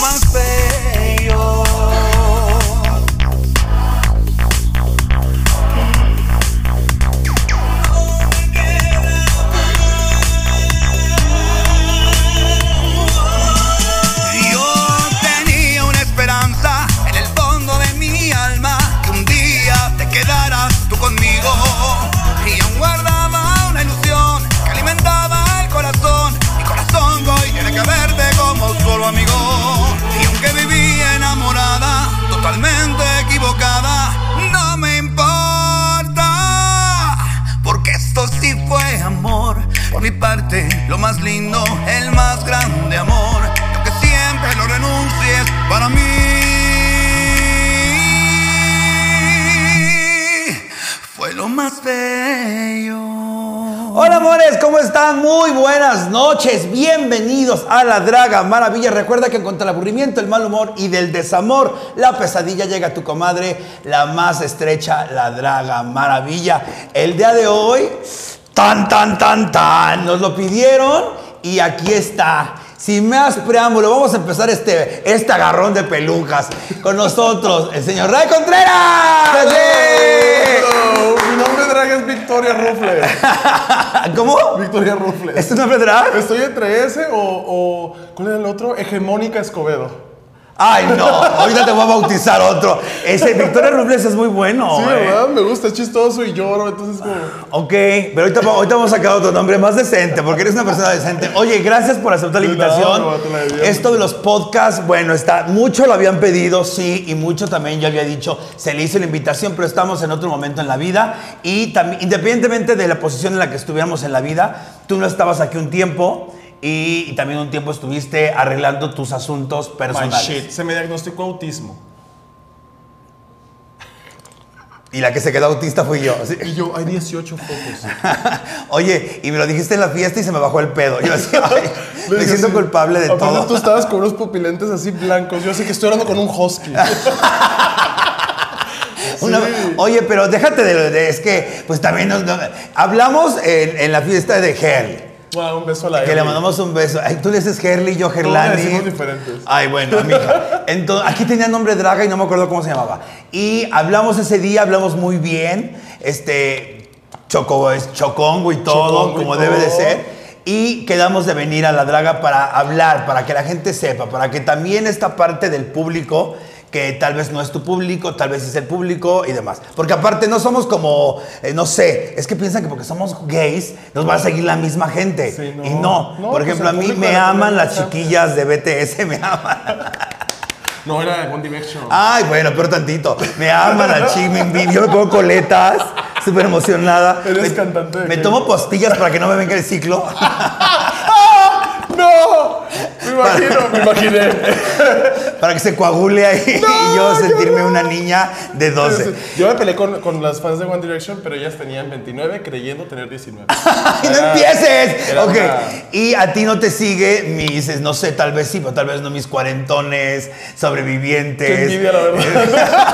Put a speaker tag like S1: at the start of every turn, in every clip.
S1: más bello. Yo tenía una esperanza en el fondo de mi alma que un día te quedaras tú conmigo. Y aún guardaba una ilusión que alimentaba el corazón. Mi corazón hoy tiene que verte como solo amigo. Y aunque viví enamorada, totalmente equivocada, no me importa. Porque esto sí fue amor. Por mi parte, lo más lindo, el más grande amor. Lo que siempre lo renuncies para mí. Fue lo más bello.
S2: Hola amores, ¿cómo están? Muy buenas noches, bienvenidos a La Draga Maravilla. Recuerda que contra el aburrimiento, el mal humor y del desamor, la pesadilla llega a tu comadre, la más estrecha, La Draga Maravilla. El día de hoy, tan, tan, tan, tan, nos lo pidieron y aquí está. Sin más preámbulo, vamos a empezar este, este agarrón de pelucas con nosotros, el señor Ray Contreras.
S3: Hello, Mi nombre drag es Victoria Rufles.
S2: ¿Cómo?
S3: Victoria
S2: ¿Es
S3: Rufles.
S2: un nombre drag?
S3: Estoy entre ese o, o- ¿Cuál era el otro? Hegemónica Escobedo.
S2: Ay, no, ahorita te voy a bautizar otro. Ese Victoria Robles es muy bueno.
S3: Sí,
S2: eh.
S3: ¿verdad? Me gusta, es chistoso y lloro, entonces como...
S2: Ok, pero ahorita, va- ahorita vamos a sacar otro nombre más decente, porque eres una persona decente. Oye, gracias por aceptar la
S3: De nada,
S2: invitación.
S3: no, te la debías.
S2: Esto de los podcasts, bueno, está, mucho lo habían pedido, sí, y mucho también yo había dicho, se le hizo la invitación, pero estamos en otro momento en la vida. Y también, independientemente de la posición en la que estuviéramos en la vida, tú no estabas aquí un tiempo y, y también un tiempo estuviste arreglando tus asuntos
S3: My
S2: personales.
S3: shit. Se me diagnosticó autismo.
S2: Y la que se quedó autista fui yo. sí.
S3: Y yo, hay 18 focos.
S2: Oye, y me lo dijiste en la fiesta y se me bajó el pedo. Yo así, ay,
S3: Le
S2: me
S3: dije
S2: siento
S3: así,
S2: culpable de
S3: aparte tú
S2: todo.
S3: estabas con unos pupilentes así blancos. Yo sé que estoy hablando con un husky.
S2: Una- oye, pero déjate de, lo de- Es que, pues también nos, no- hablamos en, en la fiesta de Herley.
S3: Wow, un beso a la
S2: Que le
S3: Eli.
S2: mandamos un beso. Ay, tú le dices Herley, yo Gerlani.
S3: decimos diferentes.
S2: Ay, bueno, amiga. Entonces, aquí tenía nombre Draga y no me acuerdo cómo se llamaba. Y hablamos ese día, hablamos muy bien. Este, choco, es chocongo y todo,
S3: Chocongo y
S2: como
S3: todo.
S2: debe de ser. Y quedamos de venir a la Draga para hablar, para que la gente sepa, para que también esta parte del público que tal vez no es tu público, tal vez es el público y demás. Porque aparte no somos como, eh, no sé, es que piensan que porque somos gays nos va a seguir la misma gente.
S3: Sí, no.
S2: Y no,
S3: No,
S2: por
S3: pues
S2: ejemplo, a
S3: el
S2: mí
S3: público
S2: me
S3: de
S2: aman
S3: repente
S2: las
S3: está-
S2: chiquillas de BTS, me aman.
S3: No, era de One Direction.
S2: Ay, bueno, pero tantito. Me aman a Chimin Yo me pongo coletas, súper emocionada.
S3: Eres
S2: me,
S3: cantante de
S2: Me
S3: K-pop.
S2: tomo pastillas para que no me venga el ciclo.
S3: ¡No! Me imagino, me imaginé.
S2: para que se coagule ahí y yo
S3: qué
S2: sentirme una niña de 12.
S3: Yo me peleé con, con las fans de One Direction, pero ellas tenían 29 creyendo tener 19.
S2: ¡Ay, no empieces!
S3: era
S2: Ok.
S3: una-
S2: Y a ti no te sigue mis, no sé, tal vez sí, pero tal vez no mis cuarentones,
S3: Qué
S2: sobrevivientes.
S3: envidia, la verdad.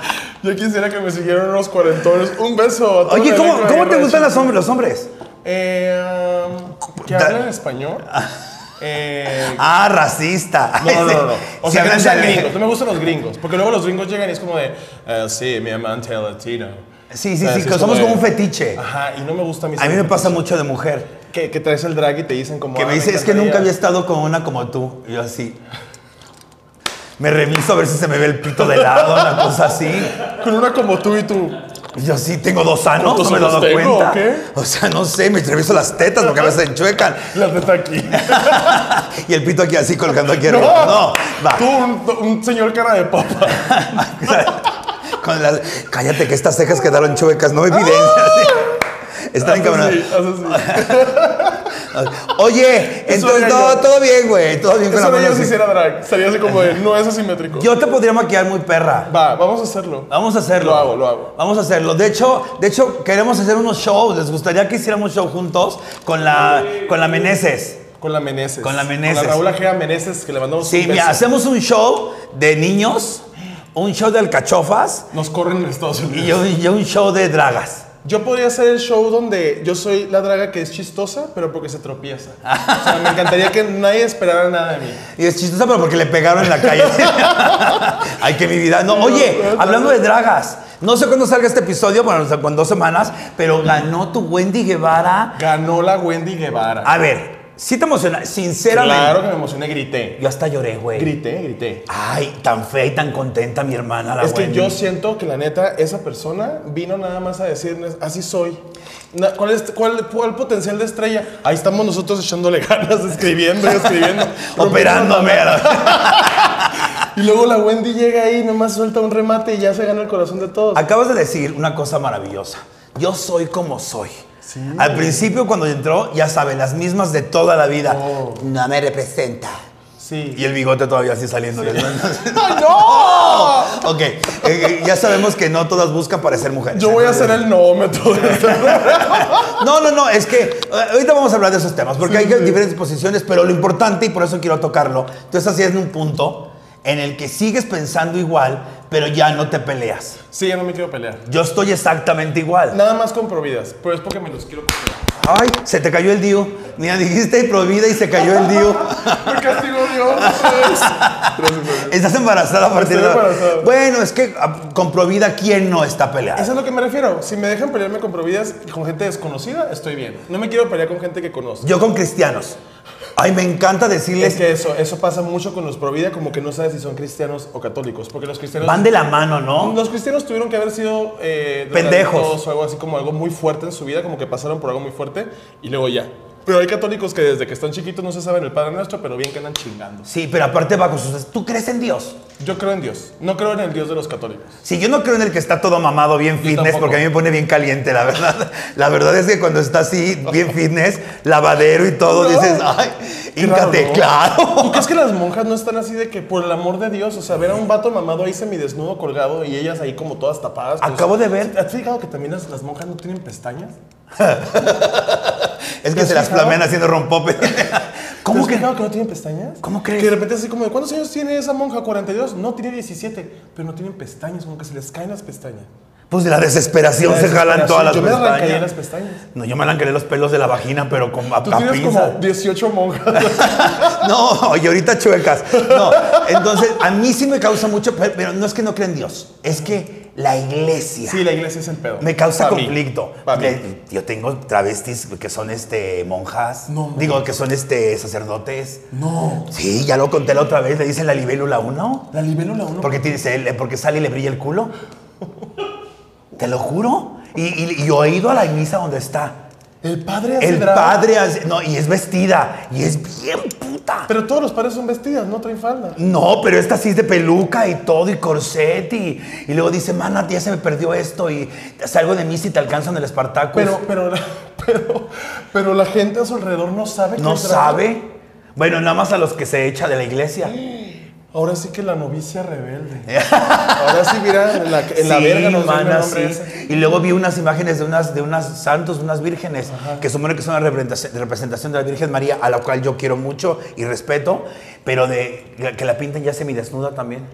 S3: Yo quisiera que me siguieran unos cuarentones. Un beso. a todo
S2: Oye,
S3: el
S2: ¿cómo,
S3: elenco de
S2: cómo
S3: One
S2: te gustan
S3: Direction.
S2: los hombres? Los hombres?
S3: Eh, um, que
S2: Da-
S3: hablan español. Eh,
S2: Ah, racista.
S3: No, no, no, no. O
S2: Sí,
S3: sea, que no
S2: hablan
S3: sean
S2: de-
S3: gringos. No me gustan los gringos. Porque luego los gringos llegan y es como de, eh, sí, mi amante latino.
S2: Sí, sí,
S3: O sea,
S2: sí,
S3: es
S2: que somos
S3: de-
S2: como un fetiche.
S3: Ajá, y no me gusta mis
S2: A mí me pasa mucho de mujer.
S3: Que, que traes el drag y te dicen como.
S2: Que me
S3: "Ah,
S2: dice, es que nunca había
S3: encantaría".
S2: estado con una como tú. Y yo así. Me reviso a ver si se me ve el pito de lado, una cosa así.
S3: Con una como tú y tú.
S2: Y Yo sí tengo dos años, no
S3: ¿Cuántos
S2: me he dado
S3: años tengo,
S2: cuenta.
S3: o qué?
S2: O sea, no sé, me reviso las tetas porque a veces se enchuecan.
S3: La teta aquí.
S2: y el pito aquí así colgando aquí arriba. No,
S3: Tú,
S2: va.
S3: un, un señor cara de papa.
S2: Con las- Cállate que estas cejas quedaron chuecas,
S3: ¡Ah!
S2: no me evidencias. Están encabronadas.
S3: Así, así.
S2: Oye,
S3: Eso
S2: entonces
S3: era
S2: no,
S3: yo.
S2: todo bien, güey. Todo bien con la
S3: Eso de
S2: mano
S3: ellos
S2: así.
S3: hiciera drag. Sería así como de, no es asimétrico.
S2: Yo te podría maquillar muy perra.
S3: Va, vamos a hacerlo.
S2: Vamos a hacerlo.
S3: Lo hago, lo hago.
S2: Vamos a hacerlo. De hecho, de hecho queremos hacer unos shows. Les gustaría que hiciéramos show juntos con la, con la Meneses.
S3: Con la Meneses.
S2: Con la Meneses.
S3: Con la Raúl Ajea Meneses, que le mandamos
S2: Sí,
S3: un
S2: mira,
S3: beso.
S2: hacemos un show de niños, un show de alcachofas
S3: Nos corren en Estados
S2: y
S3: Unidos.
S2: yo, y yo un show de dragas.
S3: Yo podría hacer el show donde yo soy la draga que es chistosa, pero porque se tropieza.
S2: Ah.
S3: O sea, me encantaría que nadie esperara nada de mí.
S2: Y es chistosa, pero porque le pegaron en la calle. Ay, que mi vida. No, oye, hablando de dragas, no sé cuándo salga este episodio, bueno, o sea, con dos semanas, pero ganó tu Wendy Guevara.
S3: Ganó la Wendy Guevara.
S2: A ver, sí te emociona, sinceramente.
S3: Claro que me emocioné, grité.
S2: Yo hasta lloré, güey.
S3: Grité, grité.
S2: Ay, tan fea y tan contenta mi hermana, la
S3: es que
S2: Wendy.
S3: yo siento que la neta, esa persona vino nada más a decirnos, así soy. Na- ¿Cuál es cuál, cuál potencial de estrella? Ahí estamos nosotros echándole ganas, escribiendo y escribiendo.
S2: Operándome. a la-
S3: Y luego la Wendy llega ahí, nomás suelta un remate y ya se gana el corazón de todos.
S2: Acabas de decir una cosa maravillosa. Yo soy como soy. Al principio, cuando entró, ya saben, las mismas de toda la vida.
S3: Oh.
S2: No me representa.
S3: Sí.
S2: Y el bigote todavía así saliendo.
S3: ¡Ay, no!
S2: Ok, eh, eh, ya sabemos que no todas buscan parecer mujeres. ¿eh?
S3: Yo voy a hacer el noómetro de este programa.
S2: No, no, no, es que eh, ahorita vamos a hablar de esos temas, porque hay diferentes posiciones, pero lo importante, y por eso quiero tocarlo, tú estás en un punto en el que sigues pensando igual, pero ya no te peleas.
S3: Sí, ya no me quiero pelear.
S2: Yo estoy exactamente igual.
S3: Nada más con providas, pero es porque me los quiero comer.
S2: Ay, se te cayó el dio. Mira, dijiste provida y se cayó el dio.
S3: Me castigo Dios. pues. Gracias, Dios.
S2: Estás embarazada a partir de
S3: Estoy
S2: ahora.
S3: embarazada.
S2: Bueno, es que ah, con provida, ¿quién no está peleado?
S3: Eso es lo que me refiero. Si me dejan pelearme con providas con gente desconocida, estoy bien. No me quiero pelear con gente que conozco.
S2: Yo con cristianos. Ay, me encanta decirles
S3: Es que eso, eso pasa mucho con los provida, como que no sabes si son cristianos o católicos, porque los cristianos
S2: Van de la mano, ¿no?
S3: Los cristianos tuvieron que haber sido eh,
S2: Pendejos.
S3: drogadictos o algo así como algo muy fuerte en su vida, como que pasaron por algo muy fuerte y luego ya. Pero hay católicos que desde que están chiquitos no se saben el Padre Nuestro, pero bien que andan chingando.
S2: Sí, pero aparte va con sus... ¿Tú crees en Dios?
S3: Yo creo en Dios, no creo en el Dios de los católicos.
S2: Sí, yo no creo en el que está todo mamado, bien fitness,
S3: tampoco.
S2: porque a mí me pone bien caliente, la verdad. La verdad es que cuando está así, bien fitness, lavadero y todo,
S3: No.
S2: dices, ay,
S3: Qué raro,
S2: híncate,
S3: ¿no? ¿Tú
S2: claro.
S3: crees que las monjas no están así de que por el amor de Dios, o sea, ver a un vato mamado ahí semidesnudo colgado y ellas ahí como todas tapadas? pues-
S2: Acabo de ver.
S3: ¿Has fijado que también las, las monjas no tienen pestañas?
S2: Es
S3: ¿Te
S2: que
S3: has
S2: se las
S3: fijado?
S2: flamean haciendo rompope.
S3: ¿Cómo
S2: ¿Cómo que?
S3: fijado que no tienen pestañas?
S2: ¿Cómo crees?
S3: Que de repente así como, de, ¿cuántos años tiene esa monja? 42. No, tiene 17, pero no tienen pestañas, como que se les caen las pestañas.
S2: Pues de la desesperación
S3: La
S2: se jalan
S3: desesperación.
S2: todas las
S3: Yo me arrancaría
S2: pestañas.
S3: las pestañas.
S2: No, yo me arrancaré los pelos de la vagina, pero con a,
S3: Tú
S2: a
S3: tienes
S2: pinza.
S3: como 18 monjas.
S2: No, y ahorita chuecas. No, entonces a mí sí me causa mucho, pe- pero no es que no crea en Dios, es que la iglesia.
S3: sí, la iglesia es el pedo.
S2: Me causa
S3: Pa' mí.
S2: conflicto.
S3: Pa' mí.
S2: Le- Yo tengo travestis que son este monjas.
S3: No, no.
S2: Digo, que son este sacerdotes.
S3: No.
S2: Sí, ya lo conté la otra vez, le dicen la libélula 1.
S3: La libélula 1.
S2: Porque, tiene, se le- porque sale y le brilla el culo. Te lo juro. Y, y- y yo he ido a la misa donde está.
S3: El padre hace
S2: El
S3: drag.
S2: padre. hace- No, y es vestida. Y es bien puta.
S3: Pero todos los padres son vestidas, no traen falda.
S2: No, pero esta sí es de peluca y todo, y corset, y, y luego dice, mana, ya se me perdió esto, y salgo de mí si te alcanzan el Espartaco.
S3: Pero, pero, pero, pero la gente a su alrededor no sabe que
S2: ¿No
S3: es drag.
S2: sabe? Bueno, nada más a los que se echa de la iglesia.
S3: Ahora sí que la novicia rebelde. Ahora sí, mira, en la, en la
S2: Sí,
S3: verga nos
S2: mana,
S3: manda el nombre
S2: sí.
S3: ese.
S2: Y luego vi unas imágenes de unas, de unas santos, unas vírgenes, que supone que son una representación representación de la Virgen María, a la cual yo quiero mucho y respeto, pero de que la pinten ya semidesnuda también.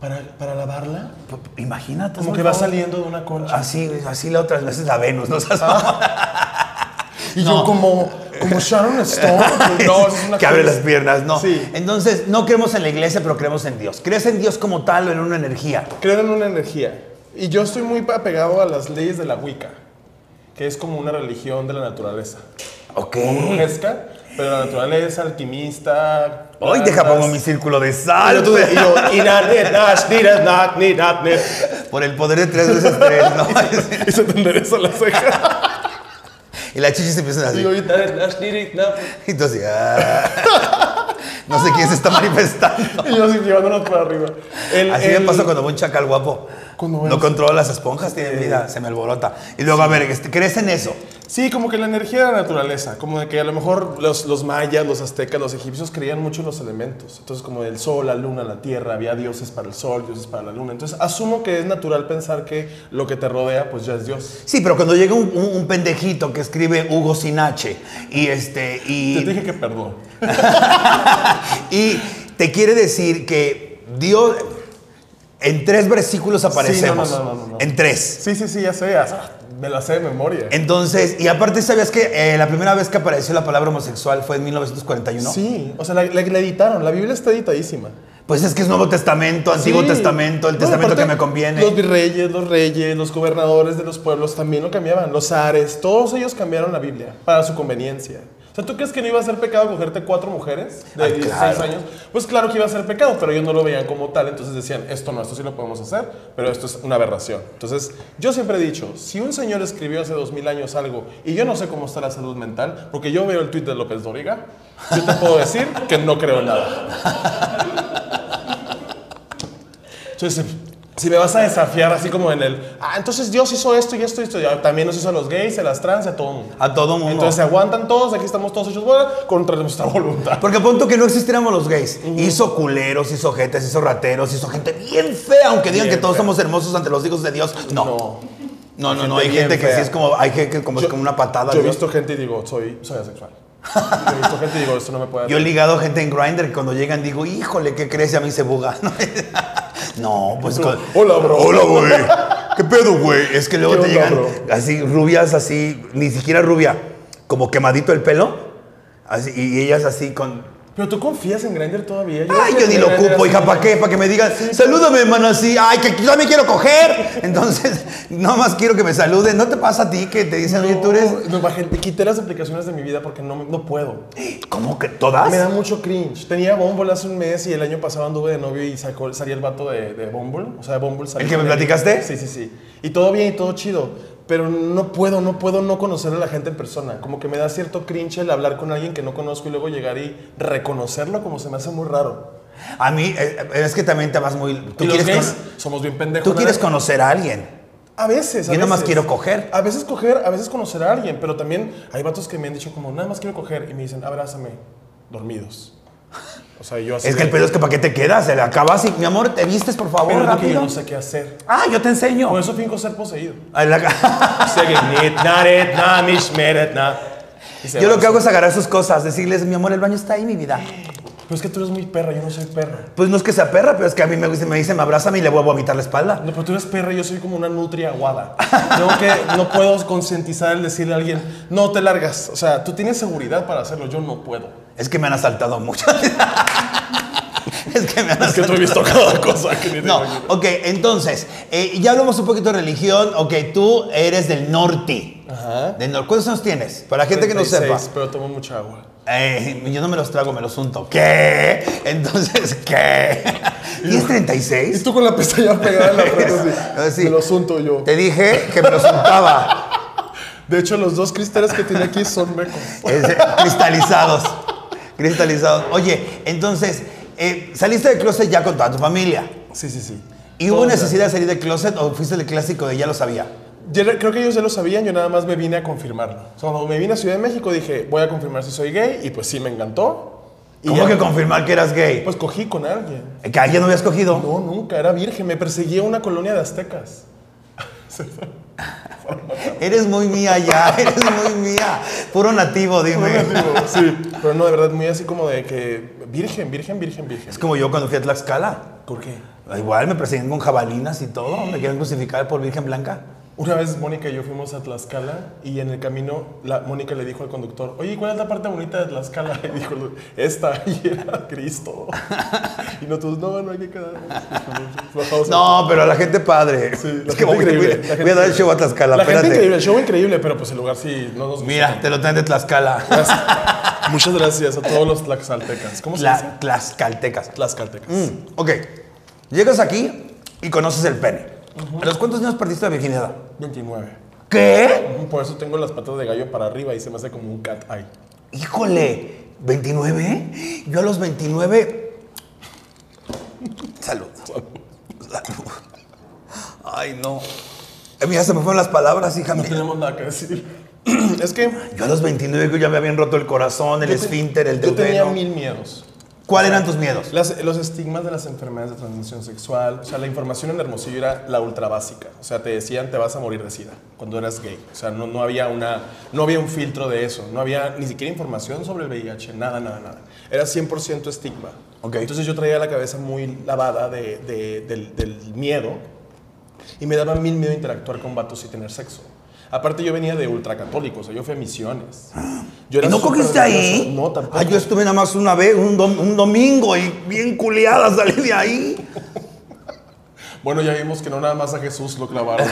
S3: Para, para lavarla,
S2: P- p- Imagínate.
S3: como
S2: por
S3: que va
S2: favor.
S3: saliendo Ah. de una concha.
S2: Así, así la otra vez la Venus, ¿no? sabes
S3: Y yo como, como Sharon Stone. pues, no, eso es una
S2: que abre
S3: cosa-
S2: las piernas, ¿no?
S3: Sí.
S2: Entonces, no creemos en la iglesia, pero creemos en Dios. ¿Crees en Dios como tal o en una energía?
S3: Creo en una energía. Y yo estoy muy apegado a las leyes de la Wicca, que es como una religión de la naturaleza.
S2: Ok.
S3: Brujesca, pero la naturaleza, alquimista.
S2: Hoy deja pongo mi círculo de sal.
S3: Y yo, y na, ni, nas, ni, nas, na, ni, na, ni.
S2: Por el poder de tres veces tres, ¿no?
S3: Y se te endereza la ceja.
S2: y las chichis empiezan
S3: Y
S2: así.
S3: yo, y na, ni, nas, ni, ni, na.
S2: Y tú así. ah. no sé quién se está manifestando.
S3: Y yo así llevándonos para arriba. El-
S2: Así
S3: el-
S2: me pasa cuando voy un chacal guapo.
S3: Cuando ves-
S2: no controla las esponjas, tiene vida, se me alborota. Y luego, a ver, este, ¿crees en eso?
S3: Sí, como que la energía de la naturaleza, como de que a lo mejor los, los mayas, los aztecas, los egipcios creían mucho en los elementos. Entonces, como el sol, la luna, la tierra, había dioses para el sol, dioses para la luna. Entonces, asumo que es natural pensar que lo que te rodea, pues ya es Dios.
S2: Sí, pero cuando llega un, un- un pendejito que escribe Hugo sin H y este. Y,
S3: Te dije que perdón.
S2: Y te quiere decir que Dios. En tres versículos aparecemos.
S3: no, no, no, no, no.
S2: En tres.
S3: Sí, sí, sí, ya sé. as- Me la sé de memoria.
S2: Entonces, y aparte, ¿sabías que eh, la primera vez que apareció la palabra homosexual fue en 1941?
S3: Sí, o sea, la, la- la editaron, la Biblia está editadísima.
S2: Pues es que es Nuevo Testamento, Antiguo
S3: Sí.
S2: Testamento, el
S3: No,
S2: testamento
S3: aparte,
S2: que me conviene.
S3: Los virreyes, los reyes, los gobernadores de los pueblos también lo cambiaban. Los zares, todos ellos cambiaron la Biblia para su conveniencia. O sea, ¿tú crees que no iba a ser pecado cogerte cuatro mujeres de
S2: Ah,
S3: 16
S2: claro.
S3: años? Pues claro que iba a ser pecado, pero ellos no lo veían como tal. Entonces decían, esto no, esto sí lo podemos hacer, pero esto es una aberración. Entonces, yo siempre he dicho, si un señor escribió hace 2000 años algo y yo no sé cómo está la salud mental, porque yo veo el tuit de López Doriga, yo te puedo decir que no creo en nada. Entonces, em, si me vas a desafiar así como en el, ah, entonces Dios hizo esto y esto y esto, y también nos hizo a los gays, a las trans, y a todo mundo.
S2: A todo mundo.
S3: Entonces se aguantan todos, aquí estamos todos hechos bola contra nuestra voluntad.
S2: Porque punto que no existiéramos los gays. Hizo culeros, hizo jetes, hizo rateros, hizo gente bien fea, aunque digan
S3: Bien
S2: que todos
S3: fea.
S2: somos hermosos ante los hijos de Dios. No. No, no, no. hay
S3: bien
S2: gente que
S3: fea.
S2: sí es como, hay gente que como, es como una patada.
S3: Yo he
S2: ¿no?
S3: visto gente y digo, soy, soy asexual. yo he visto gente y digo, esto no me puede
S2: Yo he
S3: hacer.
S2: ligado gente en Grindr que cuando llegan digo, híjole, ¿qué crees? Y a mí se buga. no, pues. con-
S3: Hola, bro.
S2: Hola, güey. ¿Qué pedo, güey? Es que luego te
S3: ¿Qué onda,
S2: llegan
S3: bro?
S2: así, rubias, así, ni siquiera rubia, como quemadito el pelo. Así, y ellas así con.
S3: Pero tú confías en Grindr todavía.
S2: Ay,
S3: creo
S2: yo
S3: que
S2: ni lo
S3: Grindr
S2: ocupo,
S3: es
S2: hija,
S3: un-
S2: ¿para qué? Para que me digan, salúdame, hermano, así. Ay, que yo también quiero coger. Entonces, nada más quiero que me saluden. ¿No te pasa a ti que te dicen, oye, tú eres.
S3: No, no, bajé- quité las aplicaciones de mi vida porque no, me- no puedo.
S2: ¿Cómo que todas?
S3: Ah, Me da mucho cringe. Tenía Bumble hace un mes y el año pasado anduve de novio y sacó, salía el vato de, de Bumble. O sea, de Bumble salió.
S2: ¿El que me
S3: con él.
S2: platicaste?
S3: Sí, sí, sí. Y todo bien y todo chido. Pero no puedo, no puedo no conocer a la gente en persona. Como que me da cierto cringe el hablar con alguien que no conozco y luego llegar y reconocerlo como se me hace muy raro.
S2: A mí, eh, es que también te vas muy.
S3: y
S2: Tú
S3: los
S2: quieres,
S3: gays
S2: con-
S3: somos bien pendejos.
S2: tú
S3: la
S2: quieres
S3: neta.
S2: conocer a alguien.
S3: A veces, a
S2: Yo nada más
S3: veces.
S2: quiero coger.
S3: A veces coger, a veces conocer a alguien. Pero también hay vatos que me han dicho como, nada más quiero coger. Y me dicen, abrázame. Dormidos. O sea, yo así
S2: Es que el
S3: de-
S2: pedo es que para qué te quedas, se le acabas y mi amor, te vistes por favor
S3: Pero es lo que yo
S2: rápido.
S3: no sé Pues, qué hacer.
S2: Ah, yo te enseño.
S3: Por eso finco ser poseído.
S2: A la- yo lo que hago es agarrar sus cosas, decirles, mi amor, el baño está ahí, mi vida.
S3: Pero es que tú eres muy perra, yo no soy perra.
S2: Pues no es que sea perra, pero es que a mí me, dice- me dicen, me abrázame y le voy a vomitar la espalda.
S3: No, pero tú eres perra, yo soy como una nutria aguada. Tengo que, no puedo concientizar el decirle a alguien, no te largas. O sea, tú tienes seguridad para hacerlo, yo no puedo.
S2: Es que me han asaltado mucho. es que me han
S3: Es que
S2: asaltado.
S3: tú he visto cada cosa que ni te
S2: No,
S3: imaginas.
S2: ok, entonces, eh, ya hablamos un poquito de religión. Ok, tú eres del norte.
S3: Ajá.
S2: Del nor- ¿Cuántos años tienes? Para la gente que no sepa.
S3: 36, Pero tomo mucha agua.
S2: Eh, yo no me los trago, me los unto. ¿Qué? Entonces, ¿qué? ¿Tienes
S3: Y
S2: 36?
S3: tú con la pestaña pegada en la frente así.
S2: Así.
S3: Me lo asunto yo.
S2: Te dije que me los untaba.
S3: De hecho, los dos cristales que tiene aquí son mecos.
S2: Es, eh, cristalizados. Cristalizados. Oye, entonces, eh, saliste del closet ya con toda tu familia.
S3: Sí, sí, sí.
S2: ¿Y hubo
S3: Todos
S2: necesidad de salir del closet o fuiste el clásico de ya lo sabía?
S3: Yo re- creo que ellos ya lo sabían, yo nada más me vine a confirmarlo. O sea, cuando me vine a Ciudad de México dije, voy a confirmar si soy gay, y pues sí, me encantó. Y
S2: ¿Cómo
S3: ya-
S2: que confirmar que eras gay? Eh,
S3: Pues cogí con alguien.
S2: que ayer no habías cogido.
S3: No, nunca, era virgen, me perseguía una colonia de aztecas.
S2: Eres muy mía ya, eres muy mía. Puro nativo, dime.
S3: sí, pero no, de verdad, muy así como de que, virgen, virgen, virgen, virgen.
S2: Es como yo cuando fui a Tlaxcala.
S3: ¿Por qué?
S2: Igual me persiguen con jabalinas y todo. Me quieren crucificar por Virgen Blanca.
S3: Una vez Mónica y yo fuimos a Tlaxcala y en el camino la, Mónica le dijo al conductor, oye, ¿cuál es la parte bonita de Tlaxcala? Y dijo, esta, y era Cristo. Y nosotros, no, no hay que quedarnos. Bajamos a-
S2: No, pero la gente padre.
S3: Sí, la
S2: es que
S3: gente
S2: voy, voy-
S3: increíble, la
S2: voy
S3: gente
S2: a dar el
S3: increíble.
S2: show a Tlaxcala.
S3: La
S2: espérate.
S3: gente increíble, el show increíble, pero pues el lugar sí no nos gusta.
S2: Mira, te lo traen de Tlaxcala.
S3: Gracias. Muchas gracias a todos los tlaxcaltecas. ¿Cómo se dice?
S2: Tla- Tlaxcaltecas. Mm,
S3: Tlaxcaltecas.
S2: Ok. Llegas aquí y conoces el pene. ¿A los cuántos años perdiste la virginidad?
S3: 29.
S2: ¿Qué?
S3: Ujú, Por eso tengo las patas de gallo para arriba y se me hace como un cat eye.
S2: Híjole. ¿29? Yo a los 29. Salud. Salud. Ay, no. Eh, Mira, se me fueron las palabras, hija
S3: No
S2: mía.
S3: tenemos nada que decir. es que
S2: Yo a los 29 que ya me habían roto el corazón, el
S3: yo te-
S2: esfínter, el
S3: Yo tenía
S2: delveno.
S3: mil miedos.
S2: ¿Cuáles eran tus miedos?
S3: Las- los estigmas de las enfermedades de transmisión sexual, o sea, la información en Hermosillo era la ultra básica. O sea, te decían te vas a morir de sida cuando eras gay. O sea, no, no, había una, no había un filtro de eso. No había ni siquiera información sobre el VIH, nada, nada, nada. Era 100% estigma.
S2: Ok.
S3: Entonces yo traía la cabeza muy lavada de- de- del, del miedo y me daba mil miedo interactuar con vatos y tener sexo. Aparte, yo venía de ultracatólico, o sea, yo fui a misiones.
S2: Ah, ¿Y
S3: Yo era
S2: no
S3: súper
S2: cogiste ahí?
S3: religioso. No, tampoco.
S2: Ah, yo estuve nada más una vez, un, dom- un domingo, y bien culeada salí de ahí.
S3: Bueno, ya vimos que no nada más a Jesús lo clavaron.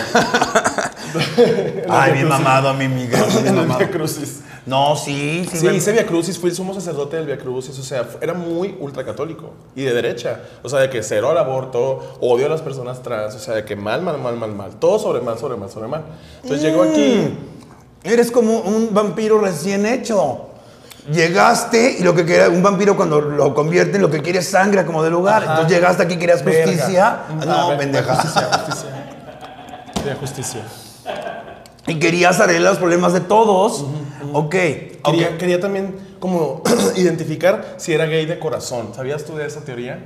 S2: Ay, bien mamado a mi migra, bien
S3: en el
S2: mamado.
S3: Via Crucis.
S2: No, sí, sí.
S3: Sí,
S2: me-
S3: hice Via Crucis, fui el sumo sacerdote del Via Crucis, o sea, fu- era muy ultracatólico y de derecha. O sea, de que cero al aborto, odio a las personas trans, o sea, de que mal, mal, mal, mal, mal. Todo sobre mal, sobre mal, sobre mal. Entonces llegó aquí,
S2: Mm, Eres como un vampiro recién hecho. Llegaste y lo que quería, un vampiro cuando lo convierten, lo que quiere es sangre como de lugar.
S3: Ajá.
S2: Entonces llegaste aquí, querías
S3: Verga.
S2: justicia. Ah,
S3: Ah,
S2: no,
S3: ve-
S2: pendeja.
S3: Justicia, justicia. Sí, justicia.
S2: Y querías arreglar los problemas de todos. Ok.
S3: Quería,
S2: ok.
S3: quería también como identificar si era gay de corazón. ¿Sabías tú de esa teoría?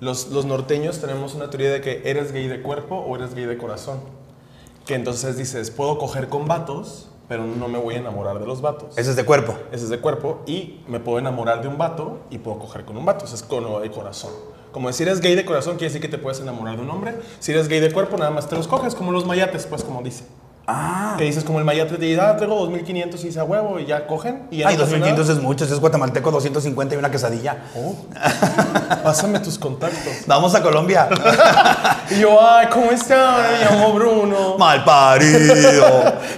S3: Los, los norteños tenemos una teoría de que eres gay de cuerpo o eres gay de corazón. Que entonces dices, puedo coger con vatos, pero no me voy a enamorar de los vatos.
S2: Ese es de cuerpo.
S3: Ese es de cuerpo y me puedo enamorar de un vato y puedo coger con un vato. Eso es con o de corazón. Como decir, eres gay de corazón, quiere decir que te puedes enamorar de un hombre. Si eres gay de cuerpo, nada más te los coges, como los mayates, pues, como dice. Ah. Que dices, como el mayate, te dice, ah, tengo 2500 y dice, a huevo, y ya cogen. Y ya
S2: Ay,
S3: no pasa nada.
S2: 2500 es mucho. si es guatemalteco, 250 y una quesadilla.
S3: Oh. Pásame tus contactos.
S2: Vamos a Colombia.
S3: Y yo, ay, ¿cómo están? Me llamo Bruno.
S2: Mal parido.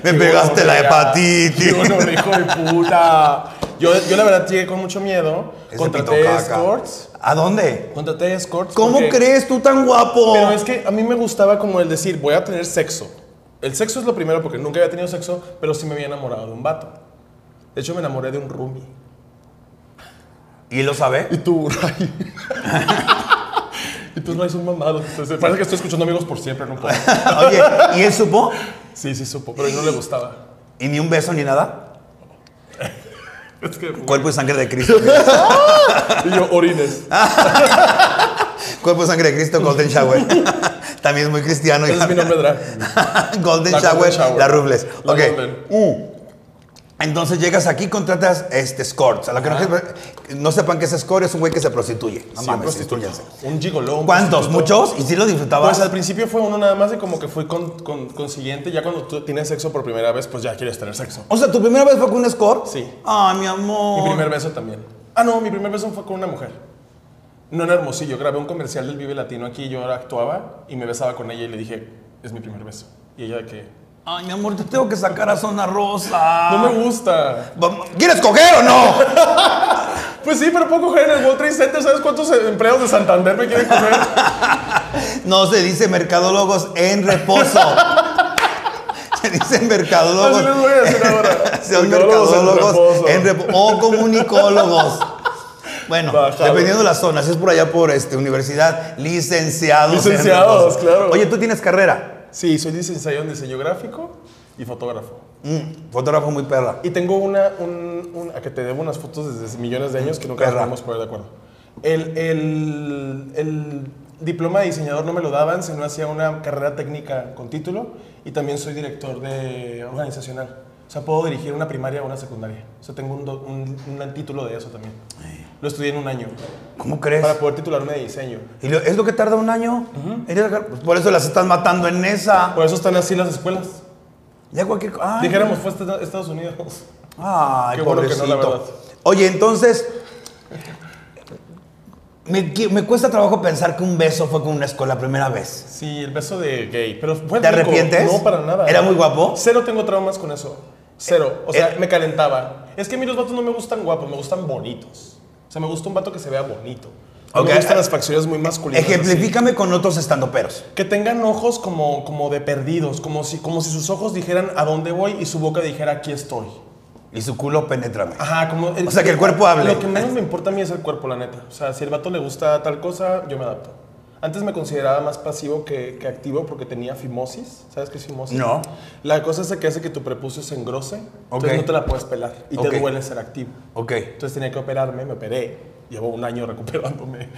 S2: Me
S3: Qué
S2: pegaste la
S3: gonorrea.
S2: hepatitis.
S3: Qué gonorrea, hijo de puta. Yo, yo la verdad llegué con mucho miedo.
S2: Ese pito
S3: Contraté
S2: caca.
S3: escorts.
S2: ¿A dónde?
S3: Contraté escorts.
S2: ¿Cómo
S3: porque-
S2: crees tú tan guapo?
S3: Pero es que a mí me gustaba como el decir, voy a tener sexo. El sexo es lo primero porque nunca había tenido sexo, pero sí me había enamorado de un vato. De hecho, me enamoré de un roomie.
S2: ¿Y él lo sabe?
S3: Y tú, Ray. y tú, Ray, son mamados. Entonces, Parece que estoy escuchando amigos por siempre, no puedo.
S2: Oye, ¿y él supo?
S3: Sí, sí supo, pero a él no le gustaba.
S2: ¿Y ni un beso ni nada?
S3: Es que...
S2: Cuerpo y sangre de Cristo.
S3: Y yo, orines.
S2: Cuerpo y sangre de Cristo, Golden Shower. También es muy cristiano.
S3: Ese es mi nombre, Drag.
S2: Golden
S3: La
S2: Shower,
S3: Golden Shower.
S2: la Rubles.
S3: La
S2: ok.
S3: Golden.
S2: Mm. Entonces llegas aquí, contratas este escorts. A lo que no, no sepan que es escort, es un güey que se prostituye. No
S3: Sí, un
S2: mames,
S3: prostituto.
S2: institúyanse.
S3: Un gigolón.
S2: ¿Cuántos? ¿Muchos? ¿Y si lo disfrutabas?
S3: Pues al principio fue uno nada más de como que fui con, con- consiguiente. Ya cuando tú tienes sexo por primera vez, pues ya quieres tener sexo.
S2: o sea, ¿tu primera vez fue con un escort?
S3: Sí.
S2: Ay, mi amor.
S3: Mi primer beso también. Ah, no, mi primer beso fue con una mujer. No en Hermosillo. Grabé un comercial del Vive Latino aquí. Yo ahora actuaba y me besaba con ella y le dije, es mi primer beso. Y ella de que,
S2: Ay, mi amor, te tengo que sacar a Zona Rosa.
S3: no me gusta.
S2: Vamos- ¿Quieres coger o no?
S3: Pues sí, pero puedo coger en el World Trade Center. ¿Sabes cuántos empleados de Santander me quieren coger?
S2: No se dice mercadólogos en reposo. se dice mercadólogos.
S3: Así les voy a decir ahora.
S2: Son
S3: Mercadólogos en
S2: mercadólogos
S3: reposo.
S2: en reposo. O comunicólogos. Bueno,
S3: Bajado.
S2: dependiendo de la zona, si es por allá por este, universidad, licenciados. en
S3: Licenciados,
S2: reposo.
S3: claro.
S2: Oye, tú tienes carrera.
S3: Sí, soy licenciado en diseño gráfico y fotógrafo.
S2: Mm, fotógrafo muy perra.
S3: Y tengo una, un, un- a que te debo unas fotos desde hace millones de años que nunca
S2: Perra.
S3: nos podemos poner de acuerdo. El, el- el diploma de diseñador no me lo daban, sino hacía una carrera técnica con título y también soy director de organizacional. O sea, puedo dirigir una primaria o una secundaria. O sea, tengo un, do- un- un título de eso también. Lo estudié en un año
S2: ¿Cómo crees?
S3: para poder titularme de diseño.
S2: Y lo- ¿Es lo que tarda un año? Eres la car- pues Por eso las estás matando en esa.
S3: Por eso están así las escuelas.
S2: Ya cualquier cosa. Ay,
S3: Dijéramos, fue a Estados Unidos.
S2: Ay,
S3: Qué bueno que no, la
S2: pobrecito.
S3: verdad.
S2: Oye, entonces. Me, qui- me cuesta trabajo pensar que un beso fue con una escuela la primera vez.
S3: Sí, el beso de gay. Pero fue
S2: ¿Te
S3: rico.
S2: arrepientes?
S3: No, para nada.
S2: ¿Era muy guapo?
S3: Cero tengo traumas con eso. Cero. O sea,
S2: eh.
S3: me calentaba. Es que a mí los vatos no me gustan guapos, me gustan bonitos. O sea, me gusta un vato que se vea bonito. No
S2: Ok.
S3: Me gustan las facciones muy masculinas. así.
S2: Ejemplifícame con otros estandoperos.
S3: Que tengan ojos como, como de perdidos, como si, como si sus ojos dijeran a dónde voy y su boca dijera aquí estoy.
S2: Y su culo, penétrame.
S3: Ajá, como. el-
S2: O sea, que el cuerpo hable.
S3: Lo que menos me importa a mí es el cuerpo, la neta. O sea, si el vato le gusta tal cosa, yo me adapto. Antes me consideraba más pasivo que, que activo porque tenía fimosis. ¿Sabes qué es fimosis?
S2: No.
S3: La cosa es que hace que tu prepucio se engrose,
S2: Ok.
S3: entonces no te la puedes pelar y
S2: Ok.
S3: te duele ser activo.
S2: Ok.
S3: Entonces tenía que operarme, me operé. Llevo un año recuperándome.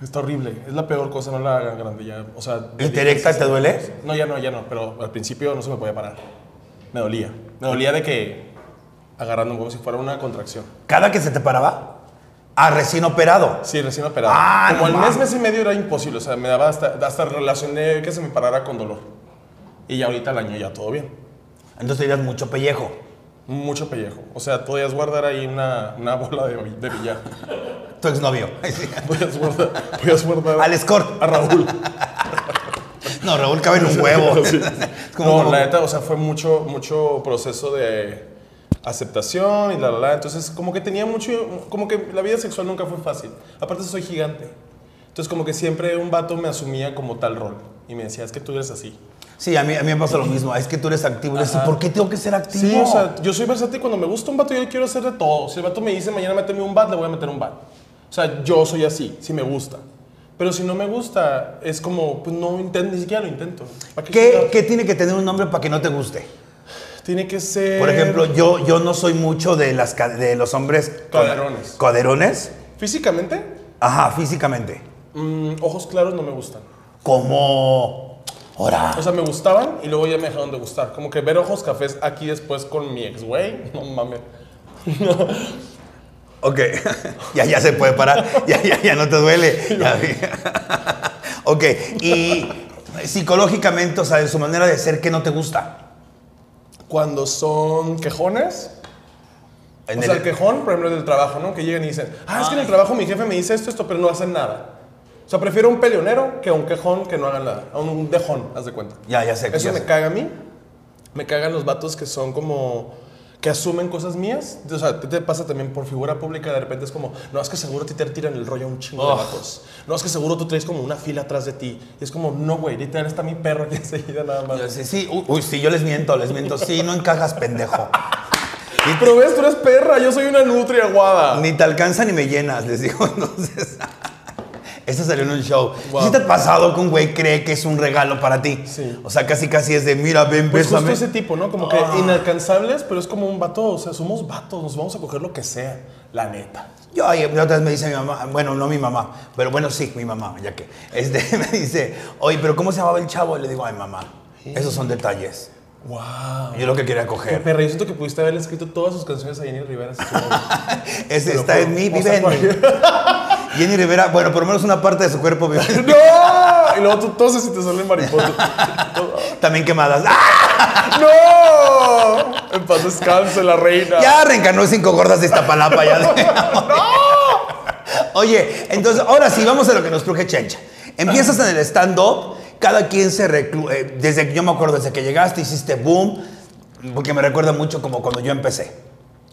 S3: Está horrible. Es la peor cosa, no la hagan grande ya. O sea,
S2: ¿Y Ah. te erecta te duele?
S3: no, ya no, ya no, pero al principio no se me podía parar. Me dolía. Me dolía de que agarrando como si fuera una contracción.
S2: ¿Cada que se te paraba? Ah, recién operado.
S3: Sí, recién operado.
S2: Ah,
S3: como
S2: no
S3: al mes,
S2: mames.
S3: mes y medio era imposible. O sea, me daba hasta, hasta relacioné que se me parara con dolor. Y ya ahorita al año ya todo bien.
S2: Entonces te das mucho pellejo.
S3: Mucho pellejo. O sea, podías guardar ahí una, una bola de, de billar.
S2: Tu exnovio.
S3: Podías guardar, podías guardar
S2: Al score.
S3: a Raúl.
S2: No, Raúl cabe en un huevo.
S3: Sí.
S2: Es como-
S3: No,
S2: como-
S3: la neta, o sea, fue mucho, mucho proceso de aceptación y la, la, la. Entonces, como que tenía mucho, como que la vida sexual nunca fue fácil. Aparte, soy gigante. Entonces, como que siempre un vato me asumía como tal rol. Y me decía, es que tú eres así.
S2: Sí, a mí, a mí me pasa lo mismo. Es que tú eres activo. Y yo decía, ¿Por qué tengo que ser activo?
S3: Sí, o sea, yo soy versátil cuando me gusta un vato, yo quiero hacer de todo. Si el vato me dice mañana méteme un bat, le voy a meter un bat. O sea, yo soy así, si me gusta. Pero si no me gusta, es como, pues no intento, ni siquiera lo intento. ¿Para
S2: ¿Qué,
S3: chingados?
S2: qué tiene que tener un nombre para que no te guste?
S3: Tiene que ser.
S2: Por ejemplo, yo, yo no soy mucho de, las, ca- de los hombres...
S3: Coderones.
S2: ¿Coderones?
S3: Físicamente,
S2: Ajá, físicamente.
S3: mm, ojos claros no me gustan.
S2: Como... Ahora.
S3: O sea, me gustaban y luego ya me dejaron de gustar. Como que ver ojos cafés aquí después con mi ex, güey. No mames.
S2: Ok, ya, ya se puede parar, ya, ya, ya no te duele. Ya. ok, y psicológicamente, o sea, de su manera de ser, ¿qué no te gusta?
S3: Cuando son quejones,
S2: En
S3: O
S2: el-
S3: sea, el quejón, por ejemplo, del trabajo, ¿no? Que llegan y dicen, ah, es que en el trabajo mi jefe me dice esto, esto, pero no hacen nada. O sea, prefiero un peleonero que a un quejón que no hagan nada. A un dejón, haz de cuenta.
S2: Ya, ya sé.
S3: Eso
S2: ya
S3: me
S2: sé.
S3: caga a mí. Me cagan los vatos que son como... Que asumen cosas mías. O sea, te, te pasa también por figura pública, de repente es como, no, es que seguro a ti te tiran el rollo a un chingo de vatos. No, es que seguro tú traes como una fila atrás de ti. Y es como, no, güey, literal está mi perro aquí enseguida nada más.
S2: Yo sí, sí, uy, uy, sí, yo les miento, les miento. Sí, no encajas, pendejo. Ni te,
S3: Pero ves, tú eres perra, yo soy una nutria guada.
S2: ni te alcanza ni me llenas, les digo. Entonces, eso salió en un show.
S3: Wow.
S2: ¿Sí te ha pasado que un güey cree que es un regalo para ti?
S3: Sí.
S2: O sea, casi, casi es de, mira, ven,
S3: Pues justo
S2: bésame. Ah.
S3: ese tipo, ¿no? Como que inalcanzables, pero es como un vato, o sea, somos vatos, nos vamos a coger lo que sea, la neta.
S2: Yo ay, la otra vez me dice mi mamá, bueno, no mi mamá, pero bueno, sí, mi mamá, ya que. Este, me dice, oye, pero ¿cómo se llamaba el chavo? Y le digo, ay, mamá, esos son detalles.
S3: ¡Wow!
S2: Yo lo que quería
S3: Qué
S2: coger.
S3: perra, yo siento que pudiste haber escrito todas sus canciones a Jenny Rivera. si tú-
S2: Ese
S3: Te lo
S2: está
S3: juro.
S2: en mí,
S3: O
S2: vive
S3: sea,
S2: en mí. Jenny Rivera, bueno, por lo menos una parte de su cuerpo vive en mí.
S3: ¡No! Y luego tú toses y te salen mariposas.
S2: También quemadas. ¡Ah!
S3: ¡No! En paz descanse, la reina.
S2: Ya reencarnó cinco gordas de Iztapalapa. Ya Oye, entonces, ahora sí, vamos a lo que nos truje Chencha. Empiezas en el stand-up, cada quien se reclu... eh, Desde que yo me acuerdo, desde que llegaste, hiciste boom, porque me recuerda mucho como cuando yo empecé.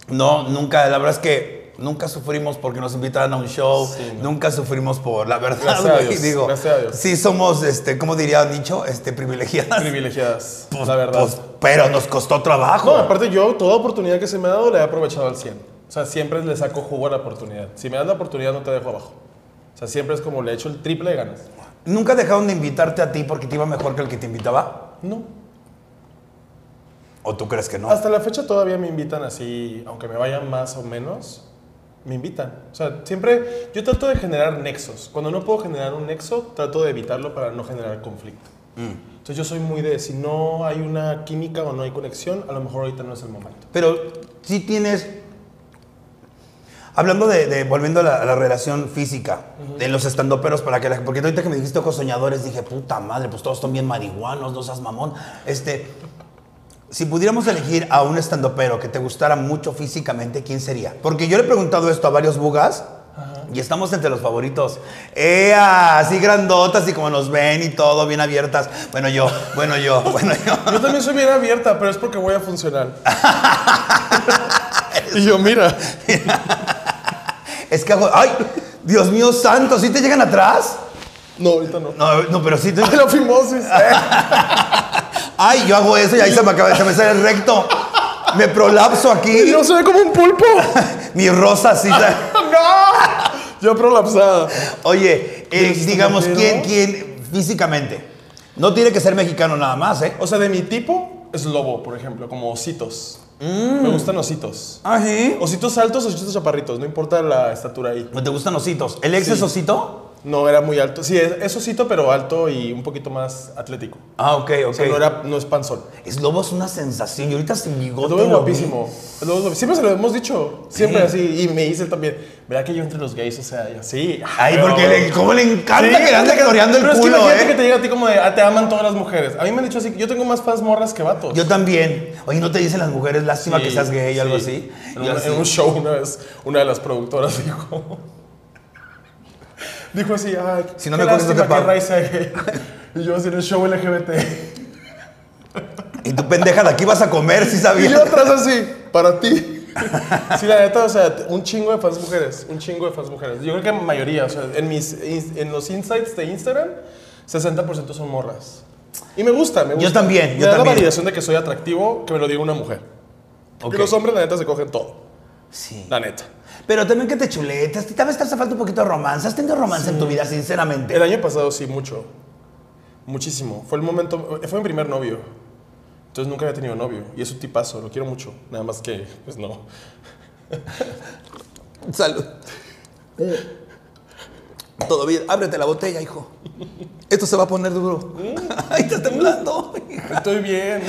S2: No, nunca, la verdad es que nunca sufrimos porque nos invitaran a un show,
S3: Sí,
S2: nunca sufrimos por la verdad.
S3: Gracias a
S2: güey,
S3: Dios,
S2: digo,
S3: gracias a Dios.
S2: Sí, somos, este, ¿cómo diría Nicho? Este, privilegiadas.
S3: Privilegiadas, la verdad.
S2: Pues, pero nos costó trabajo.
S3: No, aparte yo toda oportunidad que se me ha dado la he aprovechado al 100. O sea, siempre le saco jugo a la oportunidad. Si me das la oportunidad no te dejo abajo. O sea, siempre es como le echo el triple de ganas.
S2: ¿Nunca dejaron de invitarte a ti porque te iba mejor que el que te invitaba?
S3: No.
S2: ¿O tú crees que no?
S3: Hasta la fecha todavía me invitan así, aunque me vayan más o menos, me invitan. O sea, siempre yo trato de generar nexos. Cuando no puedo generar un nexo, trato de evitarlo para no generar conflicto. Entonces yo soy muy de, si no hay una química o no hay conexión, a lo mejor ahorita no es el momento.
S2: Pero sí tienes. Hablando de, de- volviendo a la, a la relación física de los estandoperos para que la, porque ahorita que me dijiste ojos soñadores dije puta madre pues todos son bien marihuanos no seas mamón este si pudiéramos elegir a un estandopero que te gustara mucho físicamente quién sería porque yo le he preguntado esto a varios bugas y estamos entre los favoritos ¡Ea! así grandotas y como nos ven y todo bien abiertas bueno yo bueno yo bueno yo
S3: Yo también soy bien abierta, pero es porque voy a funcionar. y yo, mira,
S2: Es que, hago- ay, Dios mío santo, ¿sí te llegan atrás?
S3: no, ahorita no.
S2: No, no, pero sí te...
S3: Ay, La fimosis. eh.
S2: Ay, yo hago eso y ahí se me acaba, se me sale el recto. Me prolapso aquí.
S3: Yo soy como un pulpo.
S2: Mi rosa así. la-
S3: ¡No! Yo prolapsada.
S2: Oye, eh,
S3: ¿Eres
S2: digamos, ¿quién,
S3: extranjero?
S2: quién físicamente? No tiene que ser mexicano nada más, ¿eh?
S3: O sea, de mi tipo es lobo, por ejemplo, como ositos. Me gustan ositos.
S2: Ah, sí.
S3: Ositos altos, ositos chaparritos, no importa la estatura ahí.
S2: ¿Te gustan ositos? ¿El ex
S3: Sí.
S2: es osito?
S3: No era muy alto. Sí, es, es osito, pero alto y un poquito más atlético.
S2: Ah, ok, ok.
S3: O sea, no, era, no es panzón.
S2: Es lobo es una sensación. Y ahorita sin bigote.
S3: Lobo
S2: lo
S3: es
S2: vi.
S3: guapísimo. Lobo es guapísimo. Siempre se lo hemos dicho. Siempre
S2: Sí.
S3: así. Y me dice él también, ¿verdad que yo entre los gays? O sea, y así.
S2: Ay,
S3: pero-
S2: porque le, cómo le
S3: Sí,
S2: encanta que le ande
S3: pero-
S2: cloreando el
S3: pero es que
S2: culo,
S3: imagínate
S2: ¿eh?
S3: que te llega a ti como de, "Ah, te aman todas las mujeres. A mí me han dicho así, yo tengo más fans morras que vatos.
S2: Yo también. Oye, ¿no te dicen las mujeres lástima que seas gay o algo así?
S3: En
S2: Yo
S3: un,
S2: así.
S3: en un show una vez, una de las productoras dijo... dijo así, ay,
S2: Si no
S3: qué
S2: me acuerdo,
S3: lástima
S2: te pago".
S3: que Ray sea gay. Y yo así en el show LGBT.
S2: Y tú, pendeja, de aquí vas a comer, si
S3: Y
S2: sabías.
S3: yo atrás así, para ti. Sí, la neta, o sea, un chingo de fans mujeres, un chingo de fans mujeres. Yo creo que mayoría, o sea, en, mis, ins- en los insights de Instagram, 60% son morras. Y me gusta, me gusta.
S2: también,
S3: Me
S2: yo
S3: da la
S2: también.
S3: validación de que soy atractivo, que me lo diga una mujer.
S2: Ok.
S3: Que los hombres, la neta, se cogen todo,
S2: Sí.
S3: la neta.
S2: Pero también que te chuletas. Tal vez te hace falta un poquito de romance. ¿Has tenido romance en tu vida, sinceramente?
S3: El año pasado sí, mucho. Muchísimo. Fue el momento, fue mi primer novio. Entonces nunca había tenido novio. Y es un tipazo, lo quiero mucho. Nada más que, pues no.
S2: Salud. Eh. Todo bien. Ábrete la botella, hijo. Esto se va a poner duro.
S3: Mm.
S2: Ay, estás temblando.
S3: Estoy bien.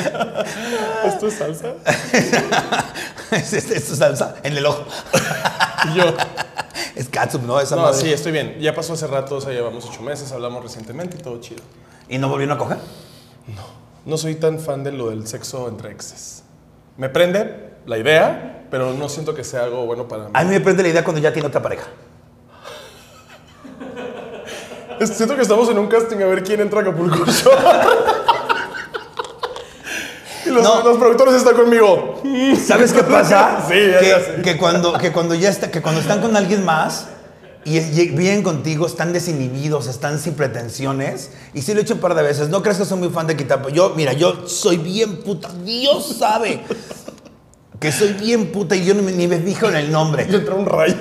S3: ¿Esto es salsa?
S2: es, es- es salsa en el ojo.
S3: Y yo.
S2: Es catsup, ¿no? Esa
S3: No,
S2: madre.
S3: sí, estoy bien. Ya pasó hace rato, o sea, llevamos ocho meses, hablamos recientemente y todo chido.
S2: ¿Y no volvieron a coger?
S3: No soy tan fan de lo del sexo entre exes. Me prende la idea, pero no siento que sea algo bueno para mí.
S2: A mí me prende la idea cuando ya tiene otra pareja.
S3: Siento que estamos en un casting a ver quién entra a Acapulco Show. y los,
S2: No.
S3: los productores están conmigo.
S2: ¿Sabes qué pasa?
S3: Sí, ya,
S2: que,
S3: ya sé.
S2: que cuando que cuando ya está, que cuando están con alguien más y, y vienen contigo, están desinhibidos, están sin pretensiones. Y sí lo he hecho un par de veces. No crees que soy muy fan de quitar. Yo, mira, yo soy bien puta. Dios sabe que soy bien puta y yo ni, me- ni me fijo en el nombre.
S3: Y entra un rayo.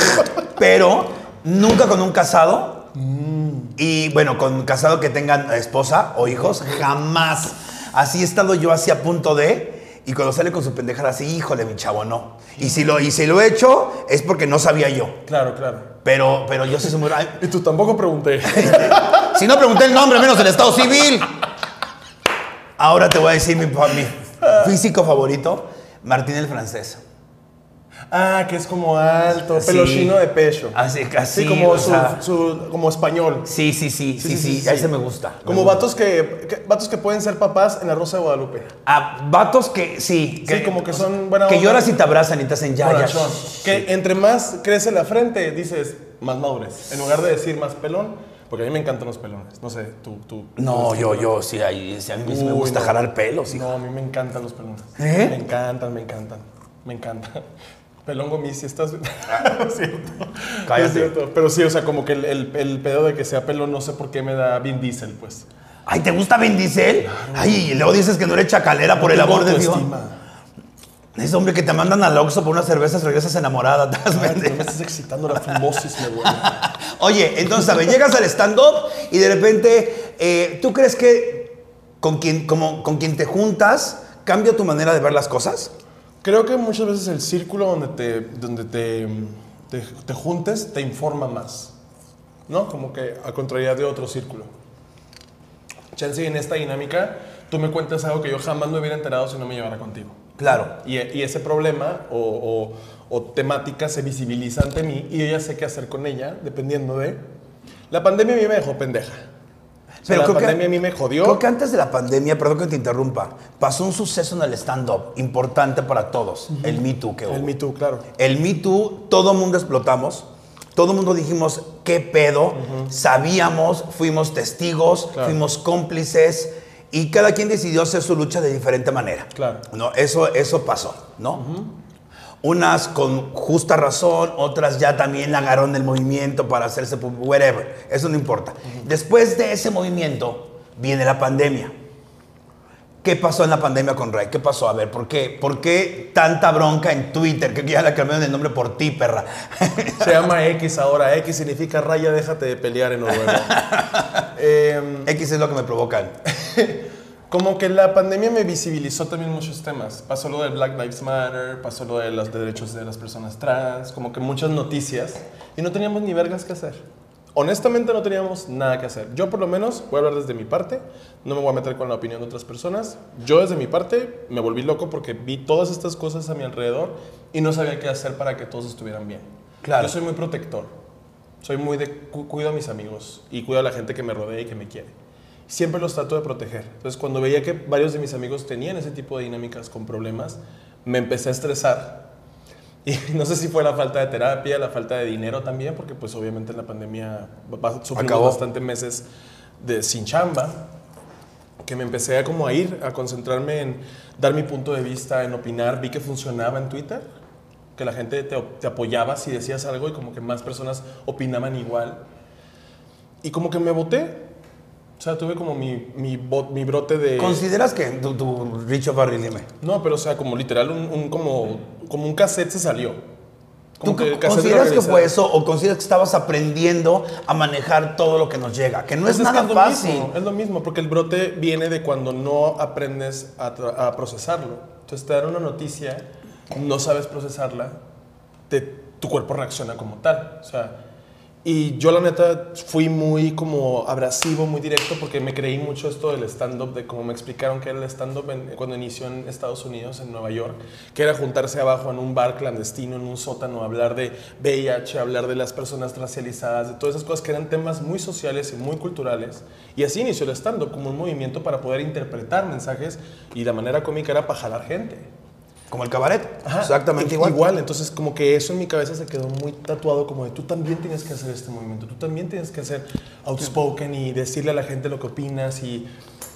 S2: Pero nunca con un casado. Y bueno, con casado que tengan esposa o hijos, jamás. Así he estado yo así a punto de. Y cuando sale con su pendejada así, híjole, mi chavo, no. Y si lo, y si lo he hecho, es porque no sabía yo.
S3: Claro, claro.
S2: Pero, pero yo sí soy muy. ay,
S3: Y tú tampoco pregunté.
S2: Si no pregunté el nombre, menos el estado civil. Ahora te voy a decir mi, fa- mi físico favorito, Martín el francés.
S3: ah, que es como alto,
S2: Sí.
S3: pelo chino de pecho.
S2: Así, casi.
S3: Sí, como,
S2: o
S3: su-
S2: sea,
S3: su- como español.
S2: sí, sí, sí, sí, sí,
S3: sí,
S2: a
S3: sí.
S2: ese me gusta.
S3: Como
S2: Me gusta.
S3: vatos que, que- vatos que pueden ser papás en la Rosa de Guadalupe.
S2: A Ah, vatos que sí.
S3: Sí, como que son buena
S2: Que
S3: onda.
S2: lloras y te abrazan y te hacen ya, ya.
S3: Corazón. Que entre más crece la frente, dices más madures. En lugar de decir más pelón, porque a mí me encantan los pelones. No sé, tú, tú.
S2: No, yo, yo, sí, ahí, sí, a mí sí me
S3: Uy,
S2: gusta
S3: no.
S2: jalar pelos, hijo.
S3: No, a mí me encantan los pelones.
S2: ¿Eh?
S3: Me encantan, me encantan. Me encantan. Pelón Gomis, si estás. no es cierto.
S2: Cállate.
S3: No es cierto. Pero sí, o sea, como que el, el, el pedo de que sea pelón, no sé por qué me da Vin Diesel, pues.
S2: Ay, ¿te gusta Vin Diesel? Ay, y luego dices que no eres chacalera por el
S3: Tengo
S2: amor de Dios.
S3: autoestima.
S2: Es hombre que te mandan al Oxxo por unas cervezas, regresas enamorada. te das
S3: Ay,
S2: pendeja.
S3: pero me estás excitando la fimosis, me duele.
S2: Oye, entonces, a ver, llegas al stand-up y de repente, eh, ¿tú crees que con quien, como, con quien te juntas cambia tu manera de ver las cosas?
S3: Creo que muchas veces el círculo donde te, donde te, te, te juntes te informa más, ¿no? Como que a contrariedad de otro círculo. Chance, y en esta dinámica, tú me cuentas algo que yo jamás me hubiera enterado si no me llevara contigo.
S2: Claro.
S3: Y, y ese problema o, o- o temática se visibiliza ante mí y yo ya sé qué hacer con ella, dependiendo de... La pandemia a mí me dejó pendeja. O sea, la pandemia a mí me jodió.
S2: Creo que antes de la pandemia, perdón que te interrumpa, pasó un suceso en el stand-up importante para todos, el Me Too que hubo.
S3: El Me Too, claro.
S2: El Me Too, todo mundo explotamos. Todo mundo dijimos, ¿qué pedo? Sabíamos, fuimos testigos,
S3: Claro.
S2: fuimos cómplices y cada quien decidió hacer su lucha de diferente manera.
S3: Claro.
S2: ¿No? Eso, eso pasó, ¿no? Unas con justa razón, otras ya también agarraron el movimiento para hacerse, pub- whatever. Eso no importa. Después de ese movimiento viene la pandemia. ¿Qué pasó en la pandemia con Ray? ¿Qué pasó? A ver, ¿por qué, ¿por qué tanta bronca en Twitter? Que ya le cambiaron el nombre por ti, perra.
S3: Se llama X ahora. X significa raya, déjate de pelear en Noruega. Em,
S2: X es lo que me provocan.
S3: como que la pandemia me visibilizó también muchos temas. Pasó lo del Black Lives Matter, pasó lo de los derechos de las personas trans, como que muchas noticias. Y no teníamos ni vergas que hacer. honestamente no teníamos nada que hacer. Yo por lo menos voy a hablar desde mi parte, no me voy a meter con la opinión de otras personas. Yo desde mi parte me volví loco porque vi todas estas cosas a mi alrededor y no sabía qué hacer para que todos estuvieran bien.
S2: Claro.
S3: Yo soy muy protector. Soy muy de cu- cuido a mis amigos y cuido a la gente que me rodea y que me quiere. Siempre los trato de proteger. Entonces, cuando veía que varios de mis amigos tenían ese tipo de dinámicas con problemas, me empecé a estresar y no sé si fue la falta de terapia, la falta de dinero también, porque pues obviamente en la pandemia va- sufrimos
S2: Acabó.
S3: bastantes meses de sin chamba, que me empecé a como a ir, a concentrarme en dar mi punto de vista, en opinar, vi que funcionaba en Twitter, que la gente te, te apoyaba si decías algo y como que más personas opinaban igual. Y como que me boté, o sea, tuve como mi, mi, bo- mi brote de...
S2: ¿Consideras que tu, tu Richo Barry, dime?
S3: No, pero o sea, como literal, un, un como, como un cassette se salió. Como
S2: ¿Tú
S3: que el cassette
S2: consideras que
S3: organizado.
S2: fue eso o consideras que estabas aprendiendo a manejar todo lo que nos llega? Que no es,
S3: Pues que
S2: nada
S3: lo
S2: fácil.
S3: mismo, es lo mismo, porque el brote viene de cuando no aprendes a, tra- a procesarlo. Entonces te dan una noticia, no sabes procesarla, te- tu cuerpo reacciona como tal. O sea, y yo la neta fui muy como abrasivo, muy directo, porque me creí mucho esto del stand-up, de cómo me explicaron que era el stand-up en- cuando inició en Estados Unidos, en Nueva York, que era juntarse abajo en un bar clandestino, en un sótano, hablar de VIH, hablar de las personas racializadas, de todas esas cosas que eran temas muy sociales y muy culturales. Y así inició el stand-up, como un movimiento para poder interpretar mensajes y la manera cómica era para jalar gente.
S2: Como el cabaret.
S3: Ajá,
S2: Exactamente
S3: i-
S2: igual.
S3: Igual, entonces como que eso en mi cabeza se quedó muy tatuado como de tú también tienes que hacer este movimiento, tú también tienes que hacer outspoken y decirle a la gente lo que opinas y,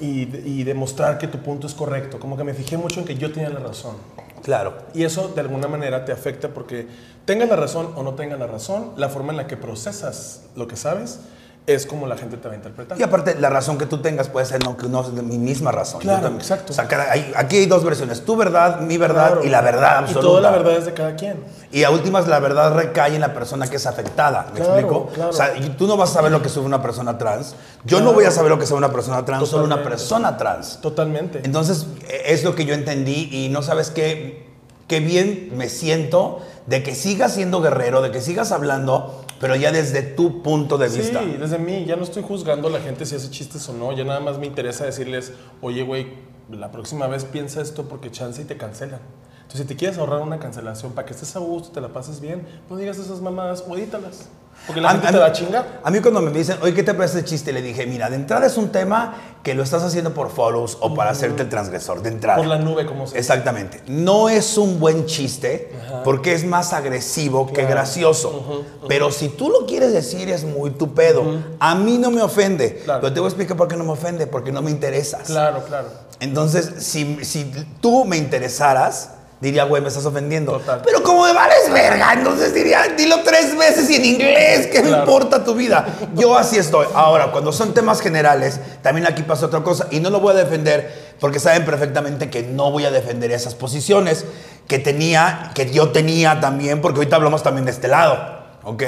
S3: y, y demostrar que tu punto es correcto. Como que me fijé mucho en que yo tenía la razón.
S2: Claro.
S3: Y eso de alguna manera te afecta porque tengas la razón o no tengas la razón, la forma en la que procesas lo que sabes es como la gente te va a interpretar.
S2: Y aparte, la razón que tú tengas puede ser no, que no es de mi misma razón.
S3: Claro,
S2: Yo también-
S3: exacto.
S2: O sea, cada- hay- aquí hay dos versiones. Tu verdad, mi verdad
S3: Claro.
S2: y la verdad
S3: Y
S2: absoluta.
S3: toda la verdad es de cada quien.
S2: Y a últimas, la verdad recae en la persona que es afectada. ¿Me
S3: Claro,
S2: explico?
S3: claro.
S2: O sea, y tú no vas a saber lo que sufre una persona trans. Yo no
S3: Claro.
S2: voy a saber lo que sufre una persona trans, solo una
S3: Totalmente.
S2: persona trans.
S3: Totalmente.
S2: Entonces, e- es lo que yo entendí y no sabes qué, qué bien me siento de que sigas siendo guerrero, de que sigas hablando, pero ya desde tu punto de vista.
S3: Sí, desde mí, ya no estoy juzgando a la gente si hace chistes o no, ya nada más me interesa decirles, oye, güey, la próxima vez piensa esto porque chance y te cancelan. Entonces, si te quieres ahorrar una cancelación para que estés a gusto, te la pases bien, no digas esas mamadas o edítalas. Porque la
S2: A-
S3: gente
S2: a
S3: te
S2: mí-
S3: va a chingar.
S2: A mí cuando me dicen, oye, ¿qué te parece este chiste? Le dije, mira, de entrada es un tema que lo estás haciendo por follows o para hacerte el transgresor, de entrada.
S3: Por la nube, como se
S2: Exactamente. No es un buen chiste porque es más agresivo que
S3: Claro.
S2: gracioso. Pero si tú lo quieres decir es muy tu pedo. A mí no me ofende.
S3: Claro.
S2: Pero te voy a explicar por qué no me ofende, porque no me interesas.
S3: Claro, claro.
S2: Entonces, si, si tú me interesaras, diría, güey, me estás ofendiendo.
S3: Total.
S2: Pero como me vales verga, entonces diría, dilo tres veces y en inglés, ¿qué me
S3: Claro.
S2: importa tu vida? Yo así estoy. Ahora, cuando son temas generales, también aquí pasa otra cosa, y no lo voy a defender, porque saben perfectamente que no voy a defender esas posiciones que tenía, que yo tenía también, porque ahorita hablamos también de este lado, ¿ok?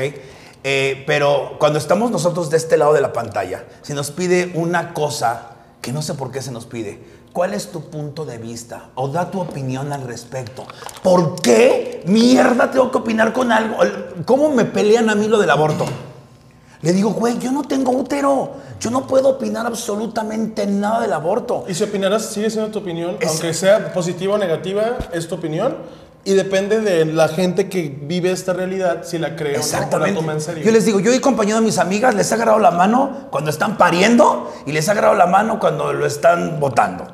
S2: Eh, pero cuando estamos nosotros de este lado de la pantalla, se nos pide una cosa que no sé por qué se nos pide. ¿Cuál es tu punto de vista? O da tu opinión al respecto. ¿Por qué mierda tengo que opinar con algo? ¿Cómo me pelean a mí lo del aborto? Le digo, güey, yo no tengo útero. Yo no puedo opinar absolutamente nada del aborto.
S3: Y si opinarás, sigue siendo tu opinión,
S2: Es-
S3: aunque sea positiva o negativa, es tu opinión. Y depende de la gente que vive esta realidad, si la cree o no, o la
S2: Exactamente.
S3: toma en serio.
S2: Yo les digo, yo he acompañado a mis amigas, les he agarrado la mano cuando están pariendo y les he agarrado la mano cuando lo están votando.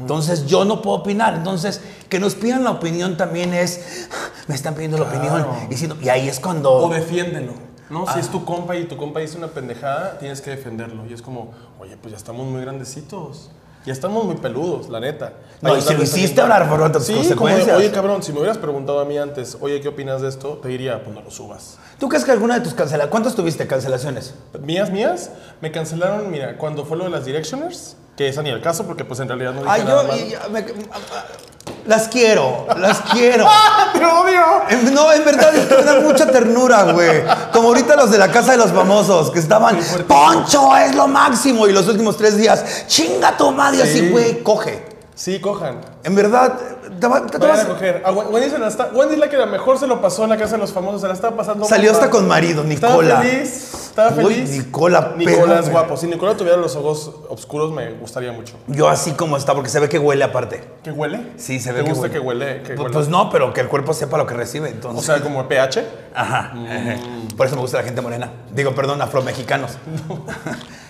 S2: Entonces yo no puedo opinar. Entonces, que nos pidan la opinión también es, me están pidiendo la opinión. Y, si no- y ahí es cuando...
S3: O defiéndelo. No, si
S2: Ah.
S3: es tu compa y tu compa dice una pendejada, tienes que defenderlo. Y es como, oye, pues ya estamos muy grandecitos. Ya estamos muy peludos, la neta.
S2: No,
S3: Ayúdame
S2: y si lo
S3: también.
S2: hiciste ahora por otras
S3: Sí, como de,
S2: consecuencias.
S3: oye, cabrón, si me hubieras preguntado a mí antes, oye, ¿qué opinas de esto? Te diría, pues no lo subas.
S2: ¿Tú crees que alguna de tus cancelaciones... ¿Cuántas tuviste cancelaciones?
S3: Mías, mías, me cancelaron, mira, cuando fue lo de las Directioners, que esa ni el caso, porque pues en realidad no dije
S2: Ay,
S3: nada
S2: yo...
S3: malo.
S2: y- ya me- las quiero, las quiero.
S3: ¡Ah, te odio!
S2: En- Eh, No, en verdad es que me da mucha ternura, güey. Como ahorita los de la casa de los famosos que estaban, Poncho es lo máximo. Y los últimos tres días, chinga tu madre, así,
S3: Sí.
S2: güey, coge.
S3: Sí, cojan.
S2: En verdad, te va- te vas-
S3: Vayan a coger. A Ah, Wen- Wendy, se la está- Wendy es la que la mejor se lo pasó en la casa de los famosos, se la estaba pasando.
S2: salió
S3: bomba.
S2: hasta con marido,
S3: Estaba
S2: Nicola.
S3: feliz. Estaba
S2: Uy,
S3: feliz.
S2: Nicola Pedro,
S3: Nicola es
S2: güey.
S3: guapo. Si Nicola tuviera los ojos oscuros, me gustaría mucho.
S2: Yo así como está, porque se ve que huele aparte.
S3: ¿Qué huele?
S2: Sí, se
S3: ¿Te
S2: ve que
S3: gusta
S2: huele.
S3: que huele? que
S2: Pues-
S3: huele?
S2: Pues no, pero que el cuerpo sepa lo que recibe,
S3: O
S2: entonces.
S3: sea, mm. como pH.
S2: Ajá. Por eso me gusta la gente morena. Digo, perdón, afromexicanos.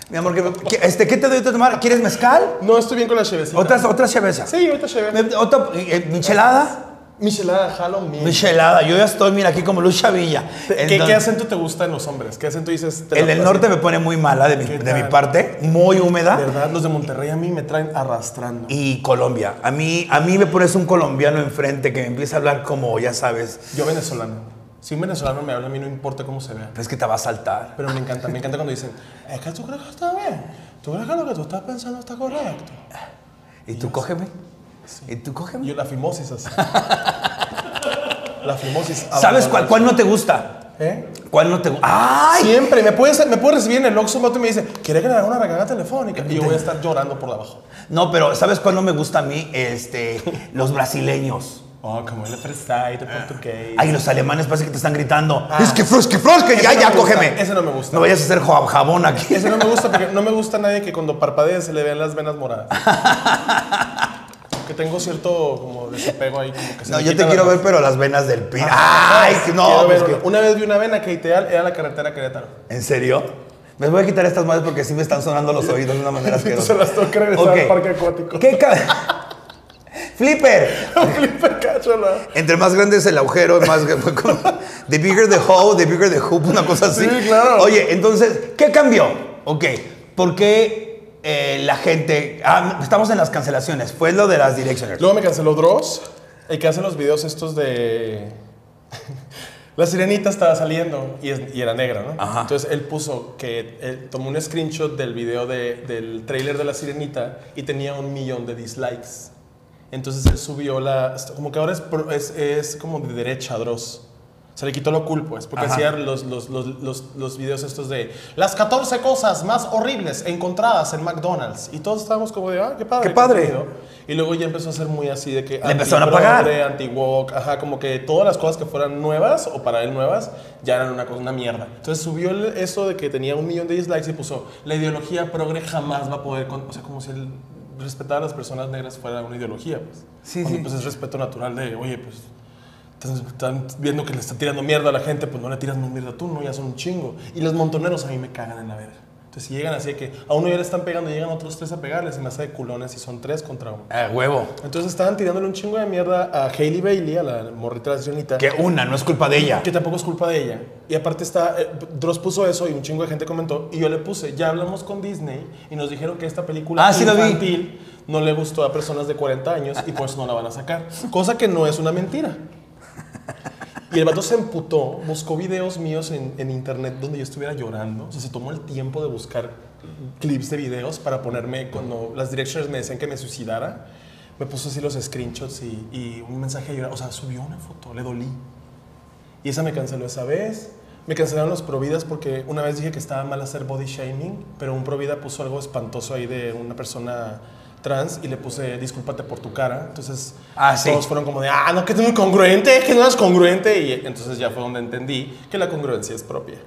S2: Mi amor, ¿qué, qué- este, ¿qué te doy de tomar? ¿Quieres mezcal?
S3: No, estoy bien con la chevecita.
S2: ¿Otras, otras cervezas?
S3: Sí, ahorita cheve.
S2: Me- otra- eh, ¿Michelada?
S3: Michelada, jalo, mi.
S2: Michelada. Yo ya estoy, mira, aquí como Luz Chavilla.
S3: ¿Qué,
S2: Entonces-
S3: qué acento te gusta en los hombres? ¿Qué acento dices? te la
S2: El del
S3: pasas?
S2: norte me pone muy mala de mi, de mi
S3: tal?
S2: parte, muy
S3: De
S2: húmeda.
S3: verdad, los de Monterrey a mí me traen arrastrando.
S2: Y Colombia. A mí, a mí me pones un colombiano enfrente que me empieza a hablar como, ya sabes,
S3: Yo venezolano. Si un venezolano me habla, a mí no importa cómo se vea.
S2: pero es que te va a saltar.
S3: Pero me encanta, me encanta cuando dicen, es que tú crees que está bien. Tú crees que lo que tú estás pensando está correcto.
S2: Y tú cógeme. Y tú cógeme.
S3: Yo la fimosis así. la fimosis.
S2: ¿Sabes cuál,
S3: abandonada.
S2: cuál no te gusta?
S3: ¿Eh?
S2: ¿Cuál no te gusta? ¡Ay!
S3: Siempre me puedes, me puedes recibir en el Oxxo un vato y me dice, ¿quieres que le haga una recarga telefónica? Y yo voy a estar llorando por debajo.
S2: No, pero ¿sabes cuál no me gusta a mí? Este, los brasileños.
S3: Oh, como el freestyle portugués.
S2: Ay, los alemanes parece que te están gritando. Es que frosque, frosque,
S3: Ah, Ese
S2: ya,
S3: no
S2: ya,
S3: me gusta,
S2: cógeme.
S3: ese no me gusta.
S2: No vayas a hacer jo- jabón aquí.
S3: Ese no me gusta porque no me gusta a nadie que cuando parpadee se le vean las venas moradas. que tengo cierto como desapego ahí como que se
S2: No,
S3: me
S2: yo te
S3: quitan
S2: quiero
S3: las-
S2: ver, pero las venas del pin.
S3: Ah,
S2: ¡Ay!
S3: quiero
S2: No,
S3: ver
S2: pues
S3: una.
S2: que-
S3: Una vez vi una vena que ideal era la carretera a Querétaro.
S2: ¿En serio? Me voy a quitar estas madres porque sí me están sonando los oídos de una manera asquerosa.
S3: Se las tengo que regresar
S2: Ok.
S3: al parque acuático.
S2: ¿Qué ca- Flipper.
S3: Flipper cáchala.
S2: Entre más grande es el agujero, más... the bigger the hole, the bigger the hoop, una cosa así.
S3: Sí, claro.
S2: Oye, entonces, ¿qué cambió? Ok, ¿por qué eh, la gente... Ah, estamos en las cancelaciones. Fue lo de las directioners.
S3: Luego me canceló Dross, el que hace los videos estos de... La sirenita estaba saliendo y, es- y era negra, ¿no?
S2: Ajá.
S3: Entonces él puso que él tomó un screenshot del video de- del trailer de la sirenita y tenía un millón de dislikes. Entonces él subió la. Como que ahora es, pro- es, es como de derecha, Dross. Se le quitó lo cool, pues, porque
S2: Ajá.
S3: hacía los, los, los, los, los videos estos de las 14 cosas más horribles encontradas en McDonald's. Y todos estábamos como de, ah, qué padre.
S2: Qué padre.
S3: contenido. Y luego ya empezó a ser muy así de que.
S2: Le empezaron a pagar.
S3: anti-progre, anti-woke, ajá, como que todas las cosas que fueran nuevas o para él nuevas ya eran una cosa, una mierda. Entonces subió el- eso de que tenía un millón de dislikes y puso, la ideología progre jamás va a poder, con-". o sea, como si el respetar a las personas negras fuera una ideología, pues.
S2: Sí,
S3: Cuando,
S2: sí.
S3: Pues es respeto natural de, oye, pues están, están viendo que le están tirando mierda a la gente, pues no le tiras más mierda tú, no, ya son un chingo. Y los montoneros a mí me cagan en la verga. Entonces, si llegan así de que a uno ya le están pegando, llegan otros tres a pegarles, se me hace de culones y son tres contra uno.
S2: Ah, huevo.
S3: Entonces estaban tirándole un chingo de mierda a Hailey Bailey, a la morrita de la sirenita,
S2: Que una, no es culpa de ella.
S3: que tampoco es culpa de ella. Y aparte está, eh, Dross puso eso y un chingo de gente comentó, y yo le puse, ya hablamos con Disney y nos dijeron que esta película
S2: Ah, sí lo vi.
S3: infantil no le gustó a personas de 40 años y pues no la van a sacar. Cosa que no es una mentira. Y el vato se emputó, buscó videos míos en, en internet donde yo estuviera llorando. O sea, se tomó el tiempo de buscar clips de videos para ponerme cuando las directions me decían que me suicidara. Me puso así los screenshots y, y un mensaje de llorar. O sea, subió una foto, le dolí. Y esa me canceló esa vez. Me cancelaron los Providas porque una vez dije que estaba mal hacer body shaming, pero un Provida puso algo espantoso ahí de una persona trans y le puse discúlpate por tu cara. Entonces,
S2: Ah, sí.
S3: todos fueron como de, ah, no, que es muy congruente, que no eres congruente. Y entonces ya fue donde entendí que la congruencia es propia.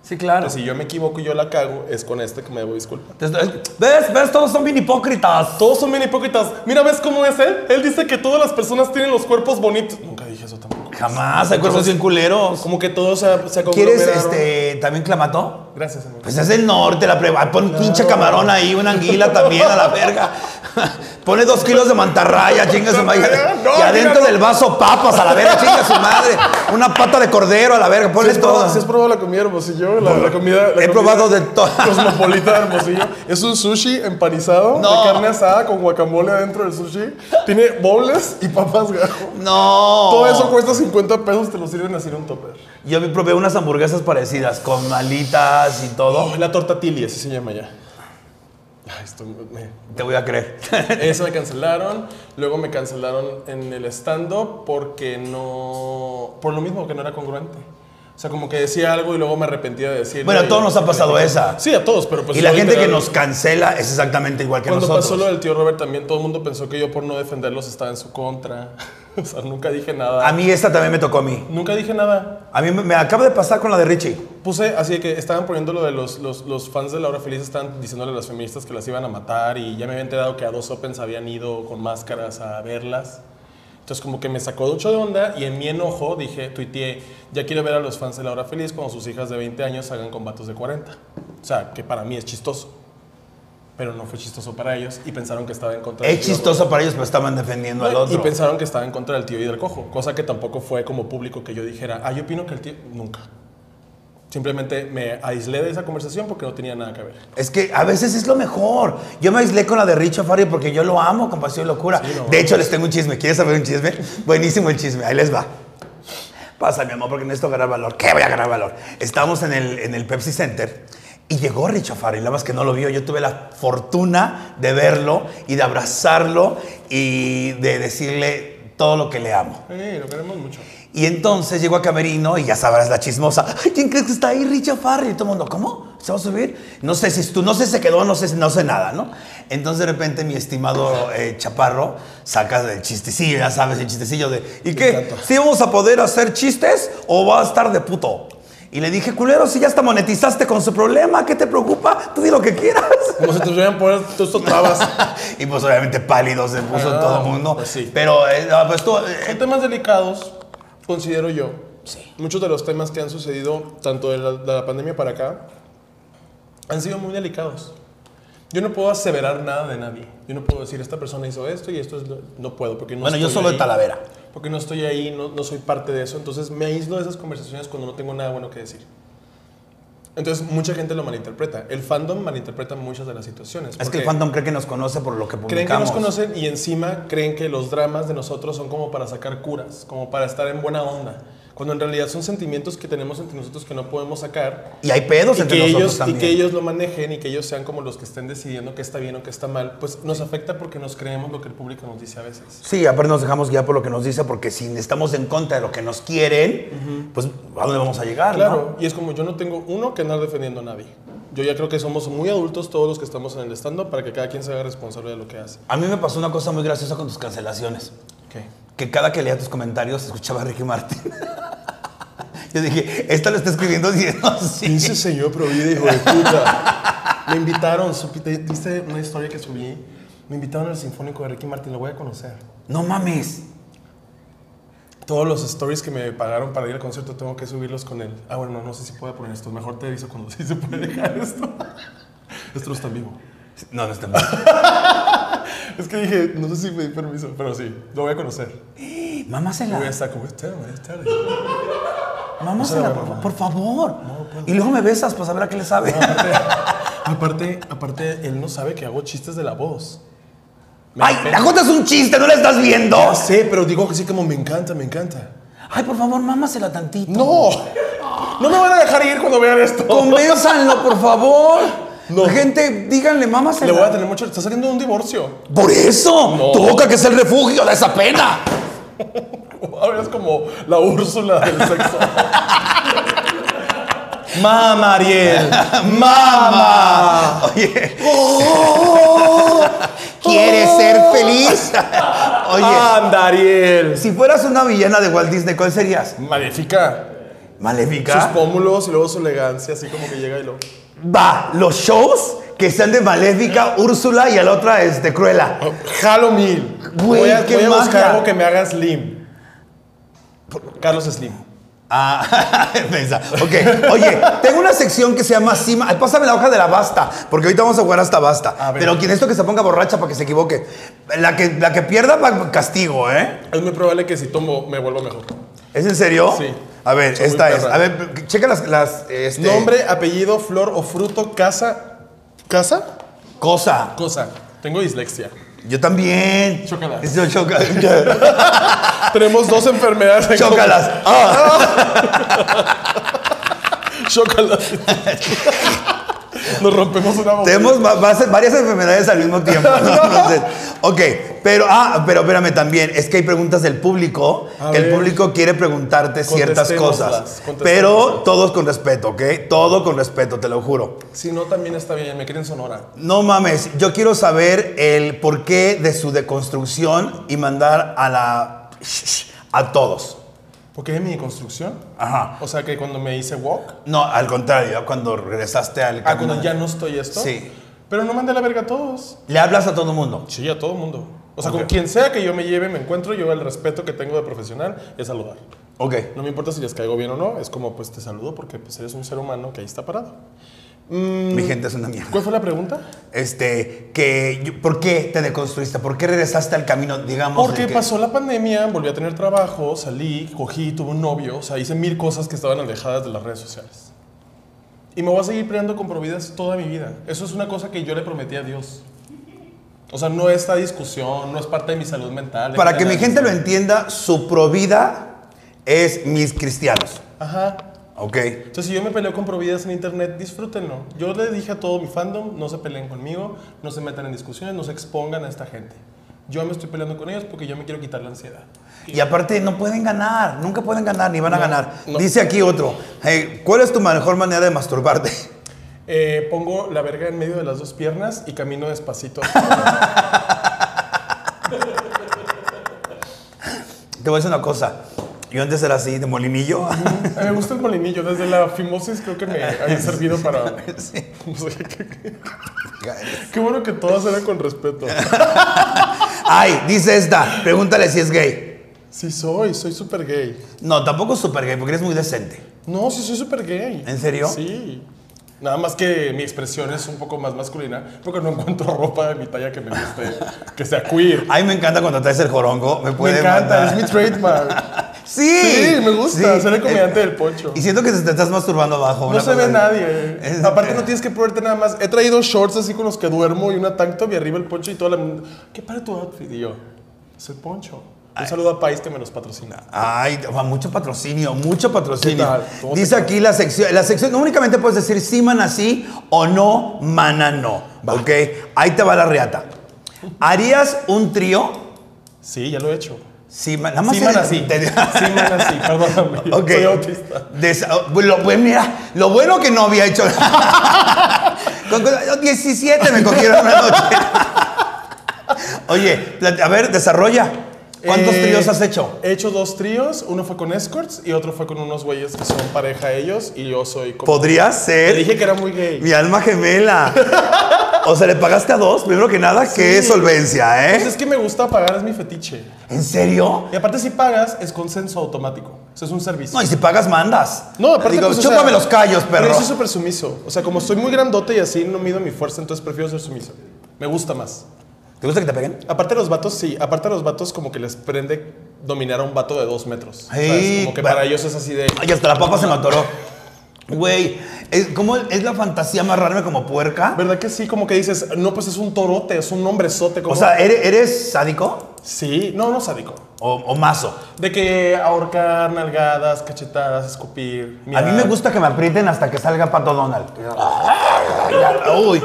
S2: Sí, claro.
S3: Entonces, si yo me equivoco y yo la cago, es con este que me debo disculpar.
S2: ¿Ves? ¿Ves? Todos son bien hipócritas.
S3: Todos son bien hipócritas. Mira, ¿ves cómo es él? Él dice que todas las personas tienen los cuerpos bonitos. Nunca dije eso tampoco.
S2: Jamás, hay cuerpos
S3: Entonces,
S2: bien culeros.
S3: Como que todos se, se
S2: ¿Quieres
S3: conglomeraron.
S2: este, también clamato?
S3: Gracias, amigo.
S2: Pues es el norte, la pre... ah, Pon un pinche camarón ahí, una anguila también a la verga. Pone dos kilos de mantarraya, chinga su madre.
S3: No,
S2: y adentro
S3: mira, no.
S2: del vaso papas a la verga, chinga su madre. Una pata de cordero a la verga,
S3: Si
S2: ponle
S3: has,
S2: todo.
S3: probado, si has probado la comida de Hermosillo, la, la comida. la
S2: He
S3: comida
S2: probado de todo.
S3: Cosmopolita de Hermosillo. Es un sushi empanizado
S2: No.
S3: de carne asada con guacamole adentro del sushi. Tiene bowls y papas gajo.
S2: No.
S3: Todo eso cuesta 50 pesos, te lo sirven así en un topper.
S2: Yo me probé unas hamburguesas parecidas, con alitas y todo.
S3: Oh, la torta tili, así se llama ya. Ay, estoy- me-
S2: Te voy a creer.
S3: Eso me cancelaron. Luego me cancelaron en el stand-up porque no. Por lo mismo que no era congruente. O sea, como que decía algo y luego me arrepentía de decirlo.
S2: Bueno, a
S3: y-
S2: todos nos ha pasado esa.
S3: Sí, a todos, pero pues.
S2: y la
S3: yo
S2: gente que
S3: literal-
S2: nos cancela es exactamente igual que
S3: Cuando pasó lo
S2: nosotros.
S3: del tío Robert también, todo el mundo pensó que yo por no defenderlos estaba en su contra. o sea, nunca dije nada.
S2: A mí esta también me tocó a mí.
S3: Nunca dije nada.
S2: A mí me, me acaba de pasar con la de Richie.
S3: Puse así de que estaban poniendo lo de los, los, los fans de La Hora Feliz, estaban diciéndole a las feministas que las iban a matar y ya me había enterado que a dos Opens habían ido con máscaras a verlas. Entonces como que me sacó mucho de onda y en mi enojo dije, tuiteé, ya quiero ver a los fans de La Hora Feliz cuando sus hijas de 20 años hagan combates de 40. O sea, que para mí es chistoso. Pero no fue chistoso para ellos y pensaron que estaba en contra del
S2: Es
S3: tío
S2: chistoso para ellos, pero estaban defendiendo al
S3: Y
S2: otro.
S3: pensaron que estaba en contra del tío y del cojo, cosa que tampoco fue como público que yo dijera, ah, yo opino que el tío. Nunca. Simplemente me aislé de esa conversación porque no tenía nada que ver.
S2: Es que a veces es lo mejor. Yo me aislé con la de Richo Farri porque yo lo amo con pasión y locura.
S3: Sí, lo
S2: de hecho, les tengo un chisme. ¿Quieres saber un chisme? Buenísimo el chisme. Ahí les va. Pasa, mi amor, porque necesito ganar valor. ¿Qué voy a ganar valor? Estamos en el, en el Pepsi Center y llegó Richo Farri. Nada más que no lo vio. Yo tuve la fortuna de verlo y de abrazarlo y de decirle todo lo que le amo.
S3: Eh, lo queremos mucho.
S2: Y entonces llegó a Camerino y ya sabrás la chismosa. "Ay, ¿Quién crees que está ahí? Richa Farri. Y todo el mundo, ¿cómo? ¿Se va a subir? No sé si es tú, no sé si se quedó, no sé, si- no sé nada, ¿no? Entonces de repente mi estimado eh, Chaparro saca del chistecillo, ya sabes, el chistecillo de, ¿y qué?
S3: encanta.
S2: ¿Sí vamos a poder hacer chistes o va a estar de puto? Y le dije, culero, si ya hasta monetizaste con su problema, ¿qué te preocupa? Tú di lo que quieras.
S3: Como se te hubieran poner todos estos trabas.
S2: y pues obviamente pálido se puso
S3: Ah,
S2: todo el mundo.
S3: pues sí.
S2: Pero, eh, no, pues tú, eh,
S3: Son temas delicados, considero yo. Muchos de los temas que han sucedido, tanto de la, de la pandemia para acá, han sido muy delicados. Yo no puedo aseverar nada de nadie. Yo no puedo decir, esta persona hizo esto y esto es lo- no puedo. Porque no
S2: bueno, yo
S3: estoy
S2: solo de
S3: ahí.
S2: Talavera.
S3: porque no estoy ahí, no, no soy parte de eso, entonces me aíslo de esas conversaciones cuando no tengo nada bueno que decir. Entonces mucha gente lo malinterpreta. El fandom malinterpreta muchas de las situaciones.
S2: Es que
S3: porque
S2: el fandom cree que nos conoce por lo que
S3: creen que
S2: publicamos.
S3: nos conocen y encima creen que los dramas de nosotros son como para sacar curas, como para estar en buena onda, cuando en realidad son sentimientos que tenemos entre nosotros que no podemos sacar
S2: Y hay pedos
S3: y
S2: entre
S3: que,
S2: nosotros
S3: ellos, y
S2: también.
S3: que ellos lo manejen y que ellos sean como los que estén decidiendo qué está bien o qué está mal, pues nos afecta porque nos creemos lo que el público nos dice a veces.
S2: Sí, aparte nos dejamos guiar por lo que nos dice, porque si estamos en contra de lo que nos quieren, pues ¿a dónde vamos a llegar?
S3: Claro, y es como yo no tengo uno que andar defendiendo a nadie. Yo ya creo que somos muy adultos todos los que estamos en el stand para que cada quien se haga responsable de lo que hace.
S2: no? A mí me pasó una cosa muy graciosa con tus cancelaciones,
S3: ¿Qué?
S2: que cada que leía tus comentarios escuchaba a Ricky Martin. Yo dije, esta lo está escribiendo diciendo así.
S3: Ese señor Provida, hijo de puta. Me invitaron, supiste, viste una historia que subí. Me invitaron al Sinfónico de Ricky Martin, lo voy a conocer.
S2: No mames.
S3: Todos los stories que me pagaron para ir al concierto tengo que subirlos con él. Ah, bueno, no, no sé si puedo poner esto. Mejor te aviso cuando sí se puede dejar esto. Esto no está en vivo.
S2: No, no está mal.
S3: Es que dije, no sé si me di permiso, pero sí, lo voy a conocer. Y voy a
S2: Mamásela.
S3: estar como, este, este, este.
S2: Mamásela,
S3: No pues se la
S2: por,
S3: voy a
S2: fa- por favor. y luego me besas para saber a qué le sabe.
S3: Aparte, aparte, él no sabe que hago chistes de la voz. Me
S2: Ay,
S3: da
S2: la
S3: pena.
S2: Jota es un chiste, no la estás viendo.
S3: Ya sé, pero digo que sí como me encanta, me encanta.
S2: Ay, por favor, mámasela tantito.
S3: ¡No! No me van a dejar ir cuando vean esto.
S2: Convénzanlo, por favor.
S3: No.
S2: Gente, díganle, mámasela.
S3: Le voy a tener mucho... Está saliendo de un divorcio.
S2: Por eso,
S3: No.
S2: toca que es el refugio de esa pena.
S3: Ahora es como la Úrsula del sexo.
S2: Mama, Ariel. Mama. Oh. Oye. ¿Quieres ser feliz? Oye,
S3: ¡Anda, Ariel!
S2: si fueras una villana de Walt Disney, ¿cuál serías?
S3: Maléfica. Sus
S2: Maléfica.
S3: pómulos y luego su elegancia, así como que llega y lo...
S2: Va, los shows que sean de Maléfica, Úrsula y a la otra, este, Cruella.
S3: Oh. Jalo mil.
S2: Güey,
S3: voy a,
S2: qué
S3: voy a buscar
S2: magia.
S3: algo que me haga slim. Carlos Slim.
S2: Ah, pensa. Ok, oye, tengo una sección que se llama Cima. Ay, Pásame la hoja de la basta, porque ahorita vamos a jugar hasta basta.
S3: A ver.
S2: Pero quien esto que se ponga borracha para que se equivoque. La que, la que pierda, pa- castigo, ¿eh?
S3: Es muy probable que si tomo me vuelva mejor.
S2: ¿Es en serio?
S3: Sí.
S2: A ver,
S3: Soy muy
S2: esta es.
S3: perra.
S2: A ver, checa las. las, este,
S3: Nombre, apellido, flor o fruto, casa. ¿Casa?
S2: Cosa.
S3: Cosa. Tengo dislexia.
S2: Yo también.
S3: Chócala.
S2: Eso, choca-
S3: Tenemos dos enfermedades. en
S2: Chócalas. Ah.
S3: común. Chócalas. Nos rompemos una botella.
S2: Tenemos va- va a ser varias enfermedades al mismo tiempo. ¿no? Entonces, ok, Pero, ah, pero espérame también, es que hay preguntas del público,
S3: A
S2: que el
S3: ver.
S2: público quiere preguntarte ciertas cosas.
S3: Contestémoslas, contestémoslas.
S2: Pero todos con respeto, ¿ok? Todo con respeto, te lo juro.
S3: Si no, también está bien. Me quieren Sonora.
S2: No mames, yo quiero saber el porqué de su deconstrucción y mandar a la... a todos.
S3: Porque es mi construcción.
S2: Ajá.
S3: O sea que cuando me hice walk.
S2: No, al contrario, cuando regresaste al
S3: Ah, cuando
S2: camino-
S3: ya no estoy esto.
S2: Sí.
S3: Pero no mandé la verga a todos.
S2: Le hablas a todo el mundo.
S3: Sí, a todo el mundo. O sea,
S2: Ok.
S3: con quien sea que yo me lleve, me encuentro, yo el respeto que tengo de profesional es saludar.
S2: Ok.
S3: No me importa si les caigo bien o no, es como pues te saludo porque pues eres un ser humano que ahí está parado. Mm,
S2: Mi gente es una mierda.
S3: ¿Cuál fue la pregunta?
S2: Este, que, yo- ¿por qué te deconstruiste? ¿Por qué regresaste al camino, digamos?
S3: Porque
S2: el que-
S3: pasó la pandemia, volví a tener trabajo, salí, cogí, tuve un novio, o sea, hice mil cosas que estaban alejadas de las redes sociales. Y me voy a seguir peleando con Providas toda mi vida. Eso es una cosa que yo le prometí a Dios. O sea, no esta discusión, no es parte de mi salud mental.
S2: Para que mi
S3: etcétera.
S2: gente lo entienda, su provida es mis cristianos.
S3: Ajá.
S2: Ok.
S3: Entonces, si yo me peleo con Providas en internet, disfrútenlo. Yo le dije a todo mi fandom, no se peleen conmigo, no se metan en discusiones, no se expongan a esta gente. Yo me estoy peleando con ellos porque yo me quiero quitar la ansiedad.
S2: Y aparte, no pueden ganar, nunca pueden ganar, ni van a
S3: No,
S2: ganar.
S3: no.
S2: Dice aquí otro, hey, ¿cuál es tu mejor manera de masturbarte?
S3: Eh, pongo la verga en medio de las dos piernas y camino despacito.
S2: Te voy a decir una cosa, yo antes era así, de molinillo.
S3: me gusta el molinillo, desde la fimosis creo que me había servido para... No sé, qué, qué bueno que todas eran con respeto.
S2: Ay, dice esta, pregúntale si es gay.
S3: Sí soy, soy súper gay.
S2: No, tampoco es súper gay, porque eres muy decente.
S3: No, sí soy súper gay.
S2: ¿En serio?
S3: Sí. Nada más que mi expresión es un poco más masculina porque no encuentro ropa de mi talla que me guste, que sea queer.
S2: Ay, me encanta cuando traes el jorongo, me
S3: Me
S2: puede
S3: encanta,
S2: matar.
S3: es mi trademark.
S2: Sí,
S3: Sí, me gusta,
S2: sí. eh,
S3: ser el comediante del poncho.
S2: Y siento que te estás masturbando abajo.
S3: No
S2: una
S3: se ve
S2: cosa así.
S3: nadie.
S2: Es- este.
S3: Aparte no tienes que ponerte nada más. He traído shorts así con los que duermo y una tank top y arriba el poncho y toda la... mundo, ¿Qué para tu outfit? Y yo, es el poncho. Un saludo a País que me los patrocina.
S2: Ay, va, mucho patrocinio, mucho patrocinio.
S3: ¿Qué tal? ¿Cómo te
S2: Dice aquí la sección, la sección, no únicamente puedes decir sí, mana sí o no, mana no. Ok, ahí te va la reata. ¿Harías un trío?
S3: Sí, ya lo he hecho.
S2: Sí, mana, nada más
S3: Sí,
S2: te-
S3: man, así.
S2: te-
S3: Sí, man, así. Perdóname.
S2: Ok.
S3: Soy autista.
S2: Des- oh, lo, bueno, mira, lo bueno que no había hecho. Con cosa- yo 17 me cogieron una noche. Oye, plat- a ver, desarrolla. ¿Cuántos
S3: Eh,
S2: tríos has hecho?
S3: He hecho dos tríos. Uno fue con escorts y otro fue con unos güeyes que son pareja ellos y yo soy como...
S2: Podría
S3: Te
S2: ser.
S3: dije que era muy gay.
S2: Mi alma gemela. O sea, le pagaste a dos, primero que nada, que
S3: Sí.
S2: solvencia,
S3: Pues
S2: ¿eh?
S3: es que me gusta pagar, es mi fetiche.
S2: ¿En serio?
S3: Y aparte si pagas, es consenso automático. O sea, es un servicio.
S2: No, y si pagas, mandas.
S3: No, aparte.
S2: Digo,
S3: pues, o sea,
S2: chúpame los callos, perro.
S3: Pero yo soy súper sumiso. O sea, como soy muy grandote y así no mido mi fuerza, entonces prefiero ser sumiso. Me gusta más.
S2: ¿Te gusta que te peguen?
S3: Aparte los vatos, sí. Aparte los vatos como que les prende dominar a un vato de dos metros. ¿sabes?
S2: Sí,
S3: como que
S2: va-
S3: para ellos es así de...
S2: Ay, hasta la papa se me atoró. Güey, es, ¿cómo es la fantasía amarrarme como puerca?
S3: ¿Verdad que sí? Como que dices, no, pues es un torote, es un hombrezote. Como...
S2: O sea, ¿eres, eres sádico
S3: Sí, no, no sádico.
S2: o, o mazo?
S3: De que ahorcar, nalgadas, cachetadas, escupir.
S2: A mí me
S3: mirar.
S2: gusta que me aprieten hasta que salga Pato Donald. Uy.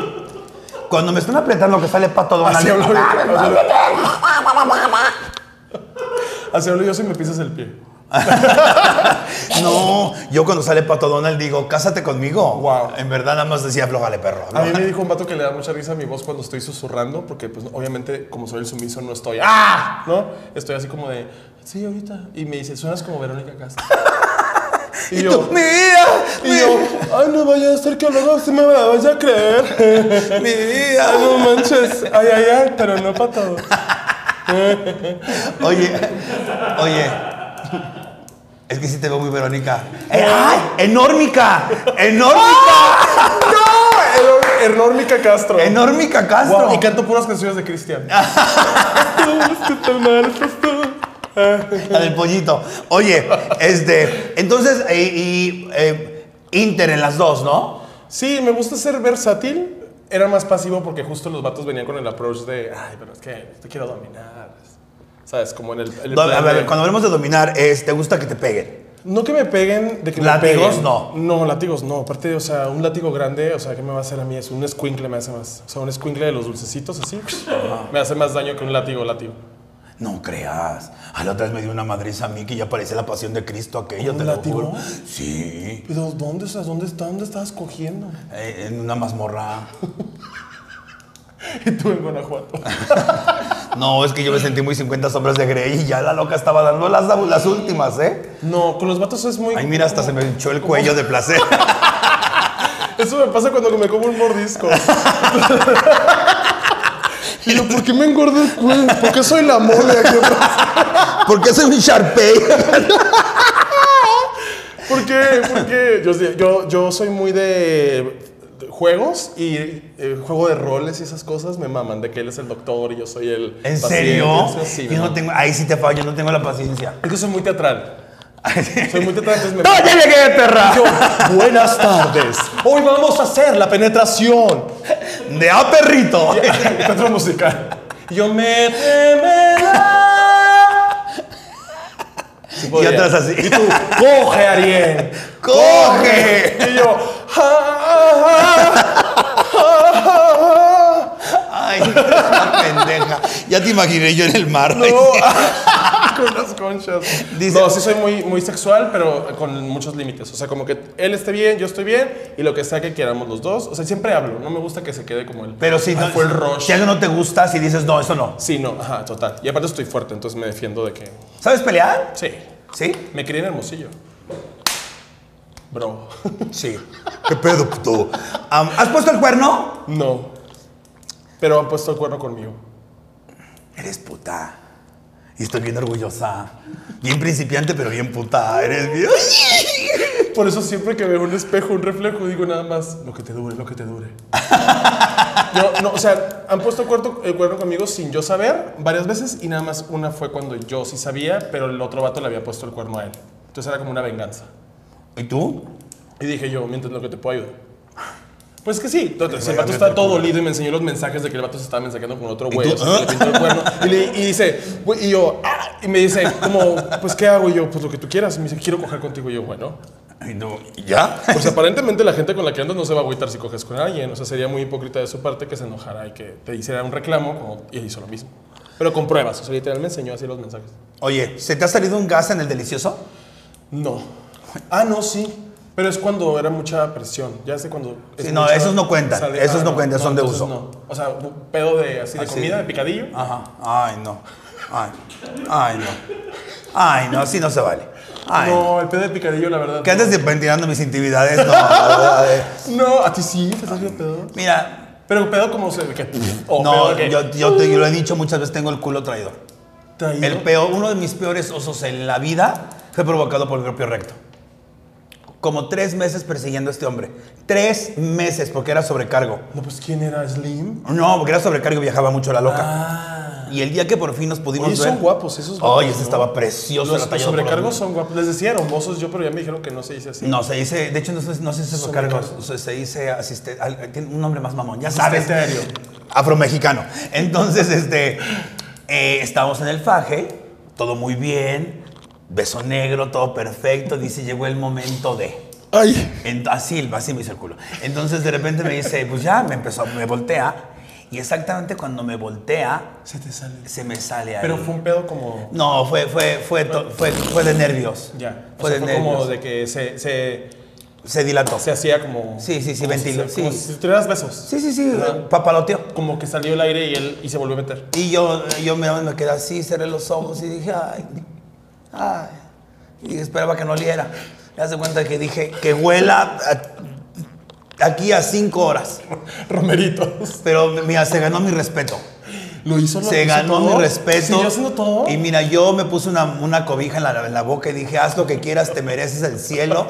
S2: Cuando me están apretando que sale Pato
S3: Así hablo, yo,
S2: Donald.
S3: así hablo- así hablo yo si me pisas el pie.
S2: No, yo cuando sale Pato Donald digo, cásate conmigo.
S3: Wow.
S2: En verdad nada más decía, aflojale perro.
S3: A mí
S2: aflójale".
S3: me dijo un vato que le da mucha risa a mi voz cuando estoy susurrando, porque pues obviamente como soy el sumiso no estoy ¡ah! ¿No? Estoy así como de, sí, ahorita. Y me dice, suenas como Verónica Castro. y,
S2: Y
S3: yo,
S2: tú, mi vida,
S3: y yo, ay, no vaya a ser que luego sí me la vaya a creer.
S2: mi vida.
S3: Ay, no manches. Ay, ay, ay, pero no para todo.
S2: Oye, oye. Es que sí te veo muy Verónica. Eh, ¡Ay! ¡Enórmica! ¡Enórmica!
S3: Hernórmica Castro.
S2: ¡Enórmica Castro!
S3: Wow, y canto puras canciones de Cristian.
S2: La del pollito. Oye, este. Entonces, eh, y. eh, Inter en las dos, ¿no?
S3: Sí, me gusta ser versátil. Era más pasivo porque justo los vatos venían con el approach de, ay, pero es que te quiero dominar. ¿Sabes? Como en el. en el
S2: Do- A
S3: plan
S2: ver,
S3: de-
S2: cuando hablemos de dominar, es, ¿te gusta que te peguen?
S3: No que me peguen, de que
S2: Látigos,
S3: me peguen.
S2: no.
S3: No, látigos no. Aparte, o sea, un látigo grande, o sea, ¿qué me va a hacer a mí? Es un escuincle me hace más. O sea, un escuincle de los dulcecitos, así, me hace más daño que un látigo, látigo.
S2: No creas. A la otra vez me dio una madriza a mí que ya parecía la pasión de Cristo aquella,
S3: ¿Un
S2: te lo
S3: látigo?
S2: juro. Sí.
S3: Pero, ¿dónde, estás? dónde, está- dónde estabas cogiendo?
S2: Eh, En una mazmorra.
S3: Y tú en Guanajuato.
S2: No, es que yo me sentí muy 50 sombras de Grey y ya la loca estaba dando las, las últimas, ¿eh?
S3: No, con los vatos es muy...
S2: Ay, mira, hasta se me hinchó el cuello de placer.
S3: Eso me pasa cuando me como un mordisco. Y yo, ¿por qué me engordo el cuello? ¿Por qué soy la mole aquí atrás?
S2: Porque soy un Sharpay.
S3: ¿Por qué? ¿Por qué? Yo, sé- yo, yo soy muy de de juegos y eh, juego de roles y esas cosas me maman. De que él es el doctor y yo soy el
S2: ¿En
S3: paciente,
S2: serio?
S3: eso sí, me
S2: yo no
S3: mama.
S2: tengo, ahí sí te fallo, yo no tengo la paciencia.
S3: Es que soy muy teatral. Soy muy teatral, entonces me...
S2: ¡No, ya llegué, perra!
S3: Yo, buenas tardes. Hoy vamos a hacer la penetración.
S2: ¡De a perrito!
S3: Teatro musical. Yo me temerá. Sí
S2: Y
S3: podría.
S2: otras así.
S3: Y tú, coge, Ariel.
S2: ¡Coge!
S3: Y yo, ja, ja, ja, ja,
S2: Ay, la pendeja. Ya te imaginé yo en el mar.
S3: ja. Oh, ah, Con las conchas.
S2: Dice-
S3: no, sí soy muy, muy sexual, pero con muchos límites. O sea, como que él esté bien, yo estoy bien, y lo que sea que queramos los dos. O sea, siempre hablo. No me gusta que se quede como el.
S2: Pero si,
S3: "Ah,
S2: no,
S3: Fue el rush.
S2: si algo no te gusta, si dices no, eso no.
S3: Sí, no, ajá, total. Y aparte estoy fuerte, entonces me defiendo de que.
S2: ¿Sabes pelear?
S3: Sí.
S2: ¿Sí?
S3: Me crié en Hermosillo. Bro.
S2: Sí. ¿Qué pedo, puto? Am, ¿Has puesto el cuerno?
S3: No. Pero han puesto el cuerno conmigo.
S2: Eres puta. Y estoy bien orgullosa. Bien principiante, pero bien puta. Eres bien.
S3: Por eso siempre que veo un espejo, un reflejo, digo nada más, lo que te dure, lo que te dure. Yo, no, o sea, han puesto el cuerno, el cuerno conmigo sin yo saber varias veces y nada más una fue cuando yo sí sabía, pero el otro vato le había puesto el cuerno a él. Entonces era como una venganza.
S2: ¿Y tú?
S3: Y dije yo, mientras lo que te puedo ayudar. Pues que sí, entonces el vato está todo dolido y me enseñó los mensajes de que el vato se estaba mensajando con otro güey.
S2: tú?
S3: o sea, que le pintó el cuerno. Y, le- y dice, güey, y yo, "Ah", y me dice, como, pues ¿qué hago? Y yo, pues lo que tú quieras. Y me dice, quiero coger contigo. Y yo, bueno.
S2: ¿Y tú? ¿Ya?
S3: Pues aparentemente la gente con la que andas no se va a agüitar si coges con alguien. O sea, sería muy hipócrita de su parte que se enojara y que te hiciera un reclamo como- y hizo lo mismo. Pero con pruebas, o sea, literal me enseñó así los mensajes.
S2: Oye, ¿se te ha salido un gas en el delicioso?
S3: No. Ah, no, sí. Pero es cuando era mucha presión. Ya sé cuando. es
S2: Sí, no,
S3: mucha- ah,
S2: esos no cuentan. Esos no cuentan, son de
S3: entonces
S2: uso. Ah,
S3: no. O sea, un pedo de así de
S2: Así.
S3: comida, de picadillo.
S2: Ajá. Ay, no. Ay. Ay, no. Ay, no, así no se vale. Ay. no.
S3: no, el pedo de picadillo, la verdad.
S2: Que
S3: no.
S2: andes de- ventilando mis intimidades, no. la verdad, eh.
S3: No, a ti sí, te salió pedo.
S2: Mira,
S3: Pero pedo como se. que- o pedo
S2: no,
S3: que-
S2: yo, yo te yo lo he dicho muchas veces, tengo el culo traidor.
S3: Traído.
S2: El peor, uno de mis peores osos en la vida fue provocado por mi propio recto. Como tres meses persiguiendo a este hombre. Tres meses, porque era sobrecargo.
S3: No, pues quién era Slim.
S2: No, porque era sobrecargo y viajaba mucho la loca.
S3: Ah.
S2: Y el día que por fin nos pudimos
S3: Oye,
S2: ver.
S3: son guapos esos.
S2: Pues Ay,
S3: vatos,
S2: ese
S3: ¿no?
S2: estaba precioso. era
S3: Los, los
S2: tallado por
S3: sobrecargos
S2: los-
S3: son guapos. Les decía hermosos yo, pero ya me dijeron que no se dice así.
S2: No, se dice, de hecho no, se- no se dice sobrecargos, se, se dice asistente, tiene un nombre más mamón, ya sabes.
S3: Asistente aéreo.
S2: Afromexicano. Entonces, este, eh, estábamos en el faje, todo muy bien, beso negro, todo perfecto, dice, llegó el momento de...
S3: Ay.
S2: Ent- así, así me hizo el culo. Entonces de repente me dice, pues ya, me empezó, me voltea. Y exactamente cuando me voltea,
S3: Se te sale.
S2: se me sale ahí.
S3: Pero fue un pedo como.
S2: No, fue, fue, fue, to- fue, fue de nervios.
S3: Ya. O
S2: Fue
S3: sea,
S2: de
S3: fue
S2: nervios.
S3: como de que se, se,
S2: Se dilató.
S3: se hacía como.
S2: Sí, sí, sí,
S3: como si-
S2: ventiló,
S3: Como
S2: sí.
S3: si tuvieras besos.
S2: Sí, sí, sí,
S3: Ajá.
S2: papaloteó.
S3: Como que salió el aire y él y se volvió a meter.
S2: Y yo, yo me, me quedé así, cerré los ojos y dije, ay, ay. Y esperaba que no oliera. Me hace cuenta que dije, que huela a- aquí a cinco horas.
S3: Romeritos.
S2: Pero mira, se ganó mi respeto.
S3: Lo hizo lo
S2: Se
S3: hizo
S2: ganó
S3: todo.
S2: mi respeto.
S3: Siguió haciendo todo.
S2: Y mira, yo me puse una, una cobija en la, en la boca y dije, haz lo que quieras, te mereces el cielo.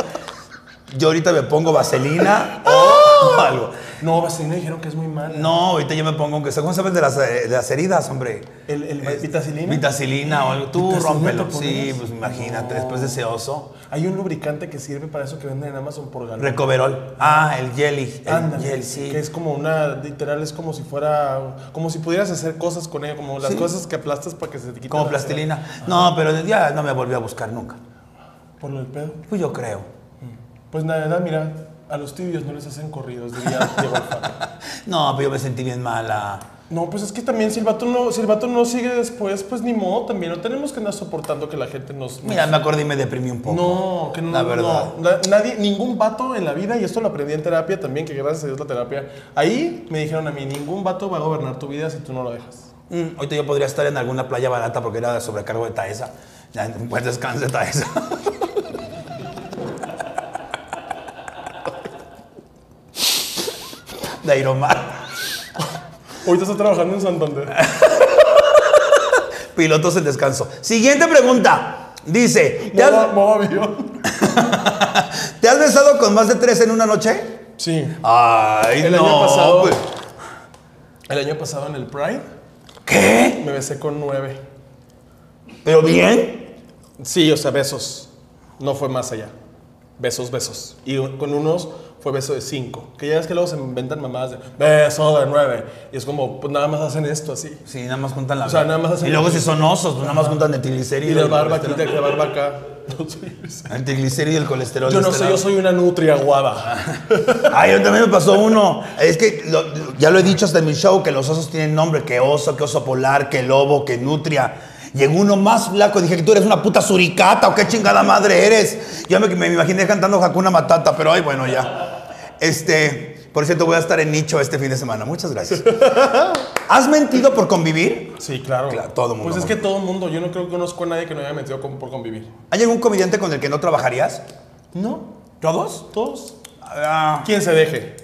S2: Yo ahorita me pongo vaselina o algo.
S3: No, vaselina dijeron que es muy malo.
S2: No, ahorita yo me pongo, aunque sea, ¿cómo sabes de las, eh, de las heridas, hombre?
S3: El, el
S2: Eh,
S3: vitacilina.
S2: Vitacilina o algo. Tú
S3: ¿Vitacilina
S2: rómpelo.
S3: te pones?
S2: Sí, pues imagínate,
S3: No.
S2: después de ese oso.
S3: Hay un lubricante que sirve para eso que venden en Amazon por galón.
S2: Recoverol. Ah, el jelly. El
S3: Ándale,
S2: jelly, sí.
S3: que es como una, literal, es como si fuera, como si pudieras hacer cosas con ella, como las
S2: Sí.
S3: cosas que aplastas para que se te quite.
S2: Como
S3: la-
S2: plastilina. No, pero ya no me volvió a buscar nunca.
S3: Por lo del pedo.
S2: Pues yo creo.
S3: Pues nada, nada, mira, a los tibios no les hacen corridos, diría Diego Alfaro.
S2: No, pero yo me sentí bien mala.
S3: No, pues es que también si el, vato no, si el vato no sigue después, pues ni modo también. No tenemos que andar soportando que la gente nos...
S2: Mira, me acordé y me deprimí un poco.
S3: No, que no.
S2: La
S3: no,
S2: verdad.
S3: no. Na- nadie, ningún vato en la vida, y esto lo aprendí en terapia también, que gracias a Dios la terapia. Ahí me dijeron a mí, ningún vato va a gobernar tu vida si tú no lo dejas.
S2: Mm, ahorita yo podría estar en alguna playa barata porque era de sobrecargo de Taesa. Ya, pues descanse Taesa. De Aeromar.
S3: Ahorita está trabajando en Santander.
S2: Pilotos en descanso. Siguiente pregunta. Dice, ¿te
S3: Modo,
S2: has,
S3: modo avión.
S2: te has besado con más de tres en una noche?
S3: Sí.
S2: Ay,
S3: El
S2: no.
S3: año pasado...
S2: pues.
S3: El año pasado en el Pride
S2: ¿Qué?
S3: me besé con nueve.
S2: ¿Pero bien?
S3: Sí, o sea, besos. No fue más allá. Besos, besos. Y un- con unos fue beso de cinco. Que ya es que luego se inventan mamadas de beso de nueve. Y es como, pues nada más hacen esto así.
S2: Sí, nada más juntan la...
S3: O sea, nada más hacen-
S2: Y luego si son osos, pues nada más juntan el
S3: Y
S2: triglicérido.
S3: la
S2: el
S3: barba aquí,
S2: colesterol.
S3: la barba acá. No soy ese.
S2: El triglicérido y el colesterol.
S3: Yo
S2: de
S3: no
S2: este
S3: sé, yo
S2: lado.
S3: soy una nutria guava.
S2: Ay, a mí también me pasó uno. Es que lo- lo- ya lo he dicho hasta en mi show que los osos tienen nombre, que oso, que oso polar, que lobo, que nutria. Llegó uno más flaco, dije que tú eres una puta suricata o qué chingada madre eres. Ya me, me imaginé cantando Hakuna Matata, pero ay, bueno, ya. Este, por cierto, voy a estar en nicho este fin de semana. Muchas gracias. ¿Has mentido por convivir?
S3: Sí, claro.
S2: Claro, todo mundo.
S3: Pues es que todo el mundo. Yo no creo que conozco a nadie que no haya metido con- por convivir.
S2: ¿Hay algún comediante con el que no trabajarías?
S3: No,
S2: ¿Todos?
S3: todos.
S2: Ah,
S3: ¿Quién se deje?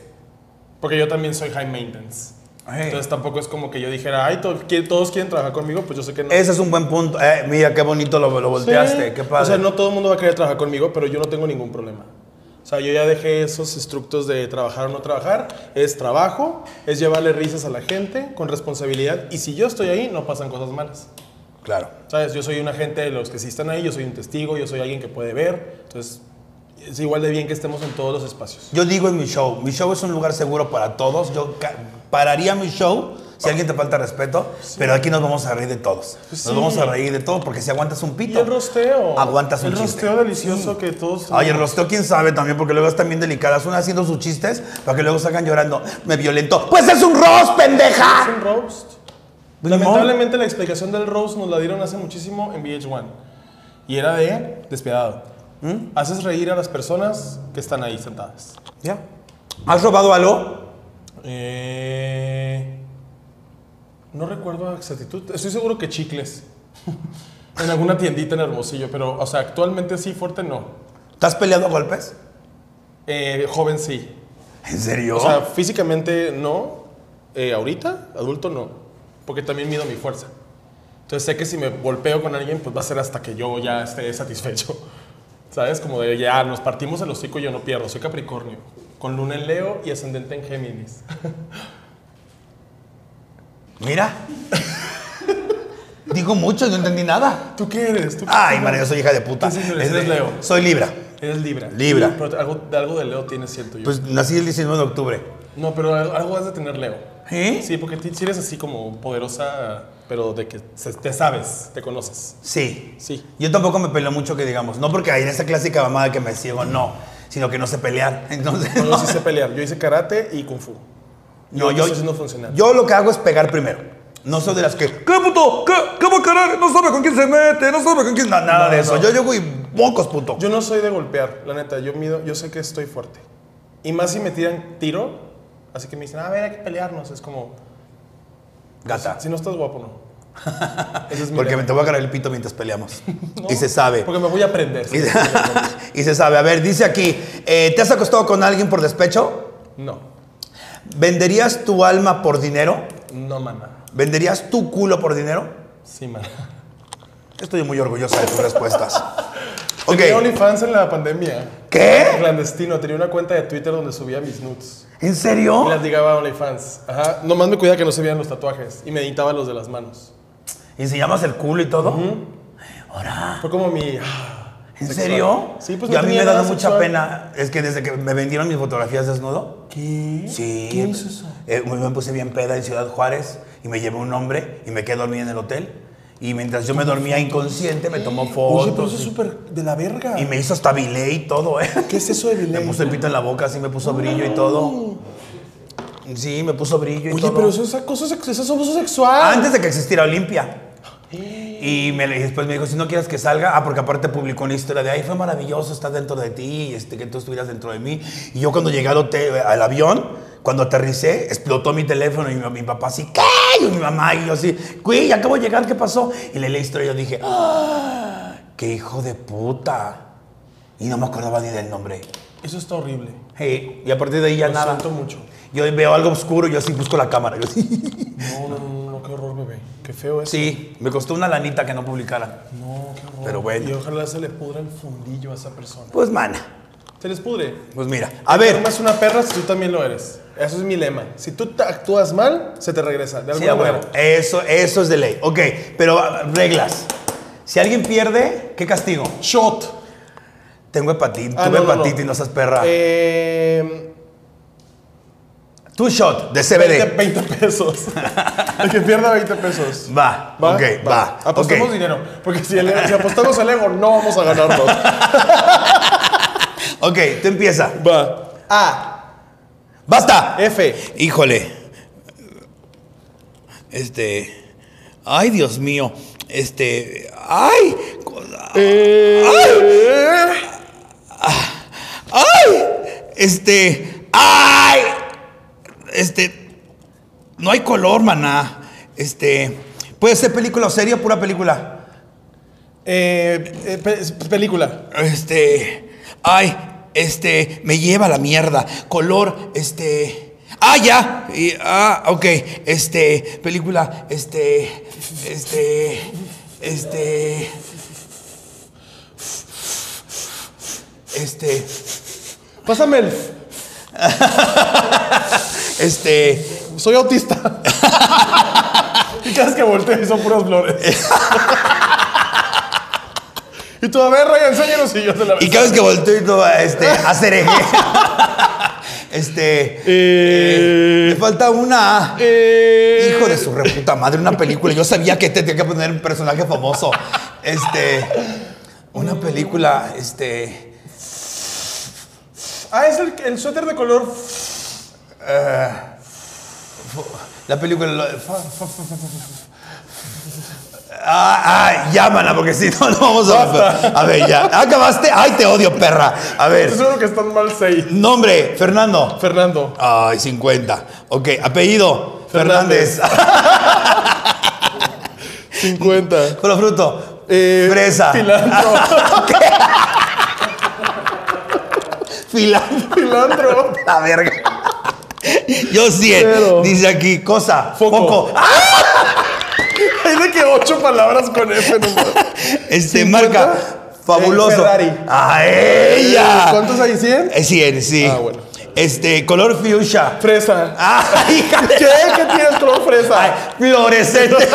S3: Porque yo también soy high maintenance.
S2: Ay.
S3: Entonces tampoco es como que yo dijera, ay, to- que todos quieren trabajar conmigo, pues yo sé que no.
S2: ese es un buen punto. Eh, mira, qué bonito lo, lo volteaste.
S3: Sí.
S2: Qué padre.
S3: O sea, no todo el mundo va a querer trabajar conmigo, pero yo no tengo ningún problema. O sea, yo ya dejé esos estructos de trabajar o no trabajar. Es trabajo, es llevarle risas a la gente con responsabilidad. Y si yo estoy ahí, no pasan cosas malas.
S2: Claro.
S3: ¿Sabes? Yo soy un agente de los que sí están ahí, yo soy un testigo, yo soy alguien que puede ver. Entonces, es igual de bien que estemos en todos los espacios.
S2: Yo digo en mi show, mi show es un lugar seguro para todos. Yo ca- pararía mi show si alguien te falta respeto, pero aquí nos vamos a reír de todos. Nos
S3: Pues Sí.
S2: vamos a reír de todos porque si aguantas un
S3: Y
S2: pito.
S3: el rosteo.
S2: Aguantas un
S3: El
S2: chiste.
S3: rosteo delicioso que todos.
S2: Ay, el rosteo, quién sabe también, porque luego están bien delicadas. Una haciendo sus chistes para que luego salgan llorando. Me violentó. ¡Pues es un roast,
S3: Es
S2: pendeja!
S3: un roast.
S2: Ni
S3: Lamentablemente la explicación del roast nos la dieron hace muchísimo en VH1. Y era de despiadado. Haces reír a las personas que están ahí sentadas.
S2: Ya. ¿Has robado algo?
S3: Eh, no recuerdo exactitud. Estoy seguro que chicles. en alguna tiendita en Hermosillo. Pero, o sea, actualmente sí, fuerte no.
S2: ¿Te has peleado a golpes?
S3: Eh, joven sí.
S2: ¿En serio?
S3: O sea, físicamente no. Eh, ahorita, adulto no. Porque también mido mi fuerza. Entonces sé que si me golpeo con alguien, pues va a ser hasta que yo ya esté satisfecho. ¿Sabes? Como de ya nos partimos el hocico y yo no pierdo. Soy Capricornio. Con luna en Leo y ascendente en Géminis.
S2: Mira. Digo mucho, no entendí nada.
S3: ¿Tú qué eres? ¿Tú qué
S2: Ay,
S3: eres?
S2: María, yo soy hija de puta.
S3: ¿Qué signo eres?
S2: Es de-
S3: Eres Leo.
S2: Soy Libra.
S3: Eres Libra.
S2: Libra.
S3: Pero algo, de algo de Leo tienes, siento yo.
S2: Pues nací el 19 de octubre.
S3: no, pero algo, algo has de tener Leo.
S2: ¿Eh?
S3: Sí, porque ti- sí eres así como poderosa, pero de que se- te sabes, te conoces.
S2: Sí.
S3: Sí.
S2: Yo tampoco me peleo mucho que digamos, no porque hay en esa clásica mamada que me ciego, no, sino que no sé pelear. Entonces,
S3: No,
S2: no,
S3: yo sí sé pelear. Yo hice karate y kung fu.
S2: no,
S3: yo estoy no funcional.
S2: yo lo que hago es pegar primero. No soy de las que, ¿qué puto? ¿Qué, qué va a querer? No sabe con quién se mete, no sabe con quién. No, nada
S3: No,
S2: de eso.
S3: no.
S2: Yo llego y mocos, puto.
S3: Yo no soy de golpear, la neta. Yo mido, yo sé que estoy fuerte. Y más si me tiran tiro, así que me dicen, "Ah, a ver, hay que pelearnos. Es como, pues,
S2: Gata.
S3: si no estás guapo, no. Ese es mi
S2: Porque
S3: lema.
S2: me te voy a agarrar el pito mientras peleamos. Y se sabe.
S3: Porque me voy a aprender.
S2: Y, y se sabe. A ver, dice aquí, eh, ¿te has acostado con alguien por despecho?
S3: No,
S2: ¿Venderías tu alma por dinero?
S3: no, mana.
S2: ¿Venderías tu culo por dinero?
S3: Sí, mana.
S2: Estoy muy orgullosa de tus respuestas. Ok.
S3: Tenía OnlyFans en la pandemia.
S2: ¿Qué?
S3: Clandestino. Tenía una cuenta de Twitter donde subía mis nudes.
S2: ¿En
S3: Y
S2: serio?
S3: las ligaba a OnlyFans. Ajá. Nomás me cuidaba que no se vean los tatuajes. Y me editaba los de las manos.
S2: ¿Y se llamas el culo y todo? Ahora.
S3: Fue como mi...
S2: ¿En
S3: Sexual.
S2: serio?
S3: Sí, pues
S2: Y
S3: no
S2: a mí
S3: tenía
S2: me da
S3: nada
S2: mucha
S3: sexual.
S2: pena. Es que desde que me vendieron mis fotografías desnudo.
S3: ¿Qué?
S2: Sí.
S3: ¿Qué hizo eso?
S2: eh, me me puse bien peda en Ciudad Juárez y me llevé un hombre y me quedé dormida en el hotel. Y mientras yo me dormía inconsciente, me tomó fotos.
S3: Oye, pero eso es
S2: y-
S3: súper de la verga.
S2: y me hizo hasta bilé y todo, ¿eh?
S3: ¿Qué es eso de
S2: Me
S3: delay?
S2: puso el pito en la boca, así me puso brillo y todo. Sí, me puso brillo y
S3: Oye,
S2: todo.
S3: pero eso es acoso, sex- eso es Eh. abuso sexual.
S2: Antes de que existiera Olimpia. Y me, le- después me dijo, si no quieres que salga, ah, porque aparte publicó una historia de, ay, fue maravilloso estar dentro de ti, este, que tú estuvieras dentro de mí. Y yo cuando llegué al, hotel- al avión, cuando aterricé, explotó mi teléfono y mi, mi papá así, ¿qué? Y mi mamá y yo así, güey, acabo de llegar, ¿qué pasó? Y leí la historia y yo dije, ¡ah! ¡Qué hijo de puta! Y no me acordaba ni del nombre.
S3: Eso está horrible.
S2: Hey, y a partir de ahí ya
S3: Lo
S2: Pues nada.
S3: siento mucho.
S2: Yo veo algo oscuro, yo así busco la cámara. Yo así.
S3: No, no, no, no, qué horror, bebé. Qué feo eso.
S2: Sí, me costó una lanita que no publicara.
S3: No, qué horror.
S2: Pero bueno.
S3: Y ojalá se le pudra el fundillo a esa persona.
S2: Pues mana,
S3: Se les pudre.
S2: pues mira, a
S3: Tú
S2: ver,
S3: eres una perra si tú también lo eres. Eso es mi lema. Si tú te actúas mal, se te regresa. De
S2: sí,
S3: alguna
S2: a huevo,
S3: manera.
S2: eso, eso es de ley. Ok, pero ah, reglas. Si alguien pierde, ¿qué castigo?
S3: Shot.
S2: Tengo hepatitis,
S3: Ah,
S2: tuve
S3: no, no, no.
S2: hepatitis y no seas perra.
S3: Eh,
S2: Two shot de
S3: 20,
S2: CBD.
S3: 20 pesos. El que pierda 20 pesos.
S2: Va, ok, va.
S3: Apostamos
S2: ok.
S3: dinero. Porque si, el- si apostamos al ego, no vamos a ganarlo.
S2: Ok, tú empieza.
S3: va. A.
S2: ¡Basta!
S3: F.
S2: Híjole. Este. Ay, Dios mío. Este. Ay. Ay. Este. Ay. Este. No hay color, maná. Este. ¿Puede ser película o serie o pura película?
S3: Eh, eh, pe- película.
S2: Este. Ay. Este. Me lleva a la mierda. Color. Este. Ah, ya. Y- ah, ok. Este. Película. Este. Este. Este. Este.
S3: Pásame el. f-
S2: Este.
S3: Soy autista. y cada vez que volteo son puras flores. y tú, a ver, Ryan, enséñanos y yo te la
S2: Y cada vez que volteo y todo, este, hacer eje. este.
S3: Eh,
S2: Me falta una. A.
S3: eh,
S2: Hijo de su reputa madre, una película. Yo sabía que te tenía que poner un personaje famoso. Este. Una película, este.
S3: Ah, es el, el suéter de color. f-
S2: La película. lo- Ah, ah, llámala, porque si no, no vamos a. A ver, ya. ¿Acabaste? ¡Ay, te odio, perra! A ver.
S3: Es uno que están mal seis.
S2: Nombre, Fernando.
S3: Fernando.
S2: Ay, 50. Ok, apellido. Fernández.
S3: Fernández. 50.
S2: Con fruto.
S3: Eh,
S2: Fresa.
S3: Cilantro.
S2: Filando.
S3: Cilantro.
S2: La verga. Yo 100.
S3: Pero-
S2: Dice aquí, cosa.
S3: Foco.
S2: Foco. ¡Ah!
S3: Hay de que ocho palabras con F nomás.
S2: Este
S3: 50.
S2: marca. Fabuloso.
S3: Eh, Ferrari.
S2: ¡A ella!
S3: ¿Cuántos hay? ¿100?
S2: Eh, 100, sí.
S3: Ah, bueno.
S2: Este, color fuchsia.
S3: Fresa.
S2: ¡Ah, hija de-
S3: ¿Qué? ¿Qué tienes color
S2: Ay,
S3: fresa?
S2: Fluorescente.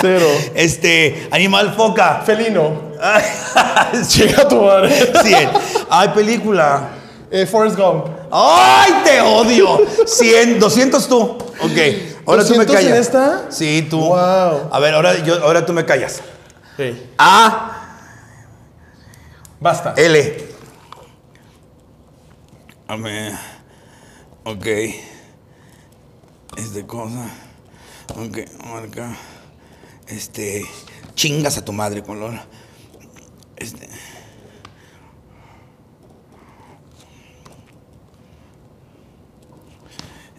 S3: Cero.
S2: Este, animal foca.
S3: Felino.
S2: Ay,
S3: Llega tu madre.
S2: 100. Ay, película.
S3: Eh, Forrest Gump.
S2: ¡Ay, te odio! 100, 200 tú. Ok, ahora tú me
S3: 200 en
S2: callas.
S3: esta?
S2: Sí, tú.
S3: Wow.
S2: A ver, ahora, yo, ahora tú me callas.
S3: Hey.
S2: A,
S3: Basta.
S2: L. A ver. Ok. Este cosa. Ok, marca. Este. Chingas a tu madre, color. Este.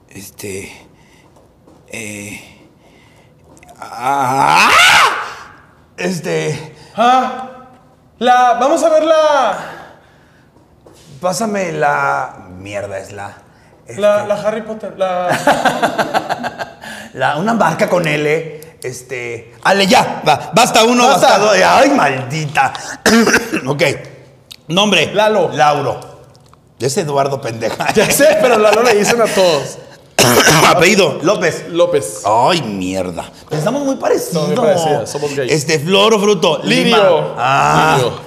S2: Este. Eh. Ah, este.
S3: Ah, la. Vamos a ver la.
S2: Pásame la. Mierda, es la. este,
S3: La, la Harry Potter. La.
S2: La- una marca con L. Este. Ale, ya. va, basta uno,
S3: Basta.
S2: basta dos. Ay, maldita. ok. Nombre.
S3: Lalo.
S2: Lauro. Es Eduardo Pendeja.
S3: Ya sé, pero Lalo le dicen a todos. Oh,
S2: Apellido. López.
S3: López.
S2: Ay, mierda. Pensamos muy parecido.
S3: Somos muy parecidas, somos gays.
S2: Este, flor o fruto. Lima.
S3: Lirio.
S2: Ah.
S3: Lirio.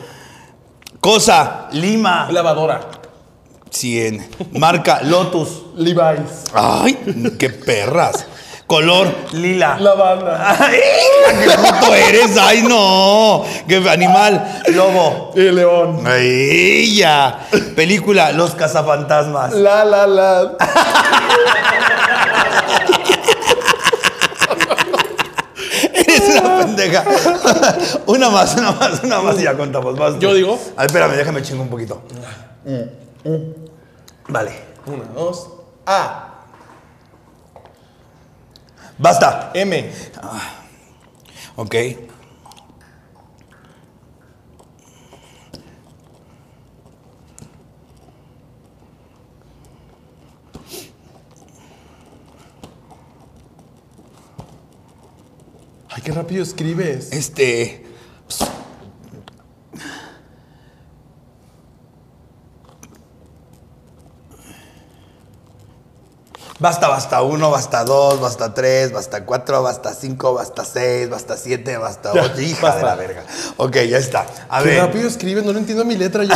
S2: Cosa. Lima.
S3: Lavadora.
S2: 100. Marca. Lotus.
S3: Levi's.
S2: Ay, qué perras. color lila.
S3: Lavanda.
S2: ¡Ay, qué puto eres! ¡Ay, no! ¡Qué animal! Lobo.
S3: Y Eh, león.
S2: ¡Ay, ya! Película Los cazafantasmas.
S3: La, la, la.
S2: Eres una pendeja. una más, una más, una más y ya contamos. Vas tú.
S3: Yo digo. Mm,
S2: Ay, espérame, déjame chingo un poquito. Vale.
S3: Una, dos. A.
S2: Basta.
S3: M.
S2: Ok.
S3: Ay, qué rápido escribes.
S2: Este. Basta, basta uno, basta dos, basta tres, basta cuatro, basta cinco, basta seis, basta siete, basta
S3: Ya,
S2: ocho. Hija de
S3: basta.
S2: la verga. Ok, ya está. A
S3: Qué
S2: ver,
S3: rápido escribes, no le entiendo mi letra yo.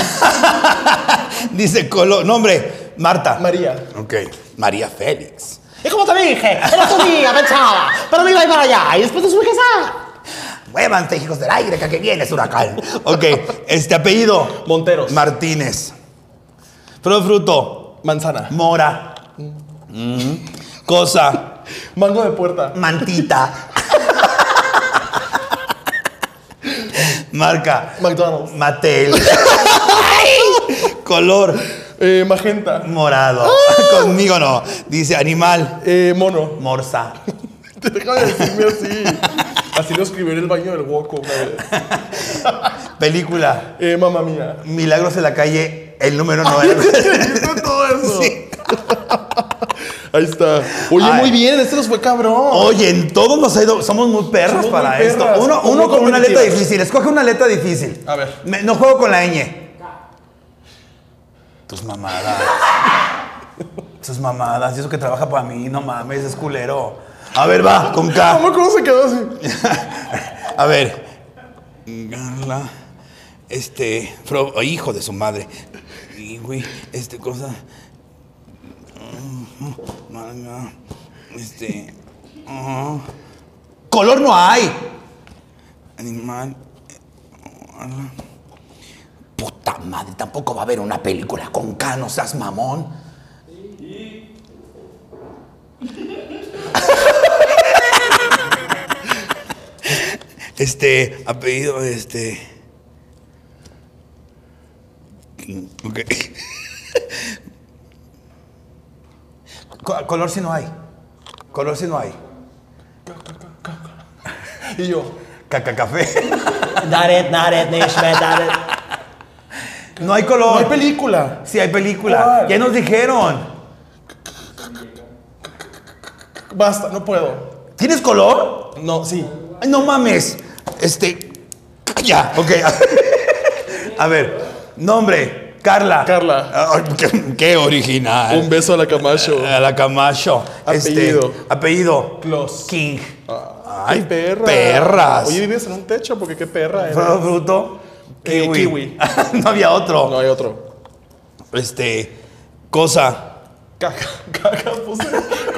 S2: dice Colo. Nombre, Marta.
S3: María.
S2: ok, María Félix.
S4: Y como te dije, era tu día, pensaba, pero me iba a ir para allá y después te subes a...
S2: Muévanse, hijos del aire, que aquí viene es huracán. Ok, este apellido.
S3: Monteros.
S2: Martínez. Pro fruto.
S3: Manzana.
S2: Mora. Mm. Cosa.
S3: Mango de puerta.
S2: Mantita. Marca.
S3: McDonald's.
S2: Matel. Color.
S3: Eh, magenta.
S2: Morado. Conmigo no. Dice animal.
S3: Eh, mono.
S2: Morsa.
S3: Te deja de decirme así. Así lo escribí en el baño del Woco. una vez.
S2: Película.
S3: Eh, mamá mía.
S2: Milagros en la calle. El número 9.
S3: Escribiste todo eso.
S2: Sí.
S3: Ahí está. Oye,
S2: Ay.
S3: muy bien. Este nos fue cabrón.
S2: Oye, en todos nos ha ido. Somos muy perras
S3: Somos
S2: para
S3: muy
S2: esto.
S3: perras,
S2: uno
S3: muy
S2: uno con una letra
S3: competitivas.
S2: difícil. Escoge una letra difícil.
S3: A ver.
S2: Me- no juego con la ñ. Tus mamadas. Tus mamadas. Y eso que trabaja para mí, no mames, es culero. A ver, va, con K.
S3: ¿Cómo, cómo se quedó así?
S2: A ver. Gala, Este. Fro- oh, hijo de su madre. Y, güey, Este cosa. Mm, Manga, Este. ah. Color no hay. Animal. ala. Puta madre, tampoco va a haber una película con K, no seas mamón. Este, apellido, este. Ok. Co- color si no hay. Color si no hay.
S3: Y yo.
S2: Caca café.
S4: Daret, daret, nishme, daret.
S2: No hay
S3: No hay
S2: color.
S3: película.
S2: si hay película.
S3: ¿Cuál?
S2: Ya nos dijeron.
S3: Basta, no puedo.
S2: ¿Tienes color?
S3: No, sí.
S2: Ay, no mames. Este. Ya, ok. A ver. Nombre. Carla.
S3: Carla.
S2: Ah, qué, qué original.
S3: Un beso a la Camacho.
S2: A la Camacho.
S3: Apellido.
S2: Este, apellido.
S3: Close.
S2: King.
S3: Ay,
S2: Ay,
S3: perra.
S2: perras.
S3: Oye, vives en un techo porque qué perra eres.
S2: Fruto, fruto.
S3: Eh,
S2: Kiwi.
S3: kiwi.
S2: no había otro.
S3: No hay otro.
S2: Este. Cosa.
S3: Caca, caca, puse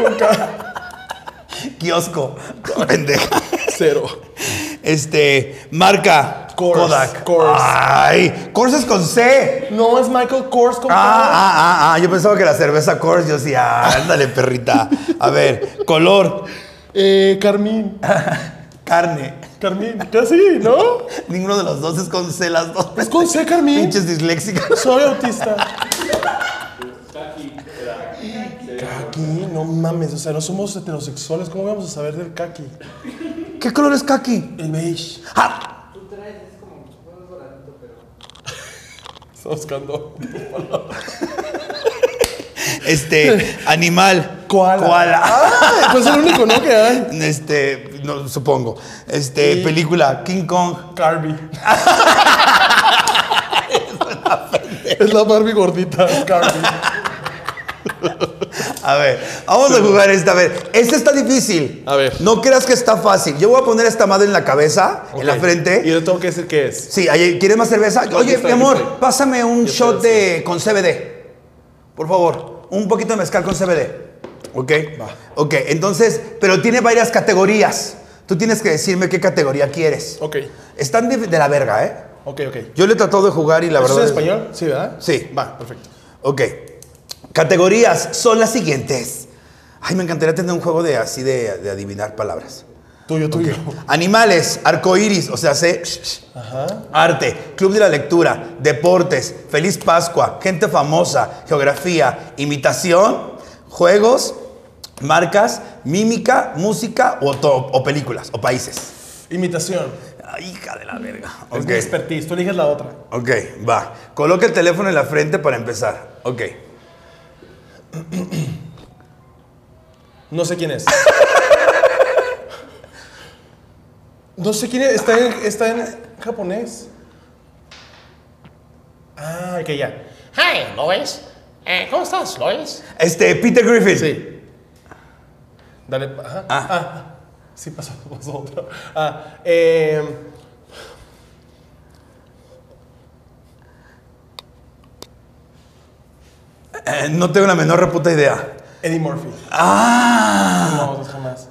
S3: con caca.
S2: Kiosco. Pendeja.
S3: Cero.
S2: Este. Marca.
S3: Coors,
S2: Kodak.
S3: Coors.
S2: Ay. Coors es con C.
S3: No, es Michael Kors con
S2: Ah,
S3: caca.
S2: ah, ah, ah. Yo pensaba que la cerveza Coors. Yo decía, ah, ándale, perrita. A ver. Color.
S3: Eh, Carmín.
S2: Carne.
S3: Carmín, casi, ¿no?
S2: Ninguno de los dos es con C. Las dos.
S3: Es con C, Carmín.
S2: Pinches disléxicas.
S3: Soy autista. Kaki, no mames, o sea, no somos heterosexuales, ¿cómo vamos a saber del kaki?
S2: ¿Qué color es kaki?
S3: El beige.
S2: Ah,
S3: Está buscando.
S2: este. Animal.
S3: Koala.
S2: Koala.
S3: Ah, pues el único, ¿no? Que hay.
S2: Este, no, supongo. Este,
S3: Y-
S2: película, King Kong.
S3: Carby. es la Barbie gordita, Carby.
S2: A ver, vamos a jugar esta. A ver, esta está difícil.
S3: A ver.
S2: No creas que está fácil. Yo voy a poner esta madre en la cabeza, en la
S3: Ok.
S2: frente.
S3: Y yo tengo que decir qué es.
S2: Sí, ahí, ¿quieres más cerveza? Oye,
S3: está,
S2: mi
S3: aquí
S2: amor,
S3: está.
S2: pásame un
S3: Yo
S2: shot
S3: te
S2: de, con CBD. Por favor, un poquito de mezcal con CBD. ¿Ok? Ok, entonces, pero tiene varias categorías. Tú tienes que decirme qué categoría quieres.
S3: Ok,
S2: Están de, de la verga, ¿eh?
S3: ok, ok.
S2: Yo le he tratado de jugar y la
S3: ¿Eso
S2: verdad.
S3: es en
S2: es-
S3: español? Sí, ¿verdad?
S2: Sí.
S3: Va, perfecto.
S2: Ok. Categorías son las siguientes. Ay, me encantaría tener un juego de así de, de adivinar palabras.
S3: Tuyo, tuyo.
S2: Animales, arcoíris, o sea, sé.
S3: Ajá.
S2: Arte, club de la lectura, deportes, feliz Pascua, gente famosa, geografía, imitación, juegos, marcas, mímica, música o, to- o películas o países.
S3: Imitación.
S2: Ay, hija de la verga.
S3: Es mi
S2: Ok,
S3: expertise. Tú eliges la otra.
S2: ok, va. Coloca el teléfono en la frente para empezar. Ok.
S3: No sé quién es. no sé quién es. Está en, está en japonés. Ah, ok, ya.
S4: Hi, Lois. Eh, ¿Cómo estás, Lois?
S2: Este, Peter Griffin.
S3: Sí. Dale. Ajá. Ah. Sí, pasó, pasó otro. Ah, eh,
S2: Eh, no tengo la menor puta idea.
S3: Eddie Murphy.
S2: ¡Ah!
S3: No, no jamás.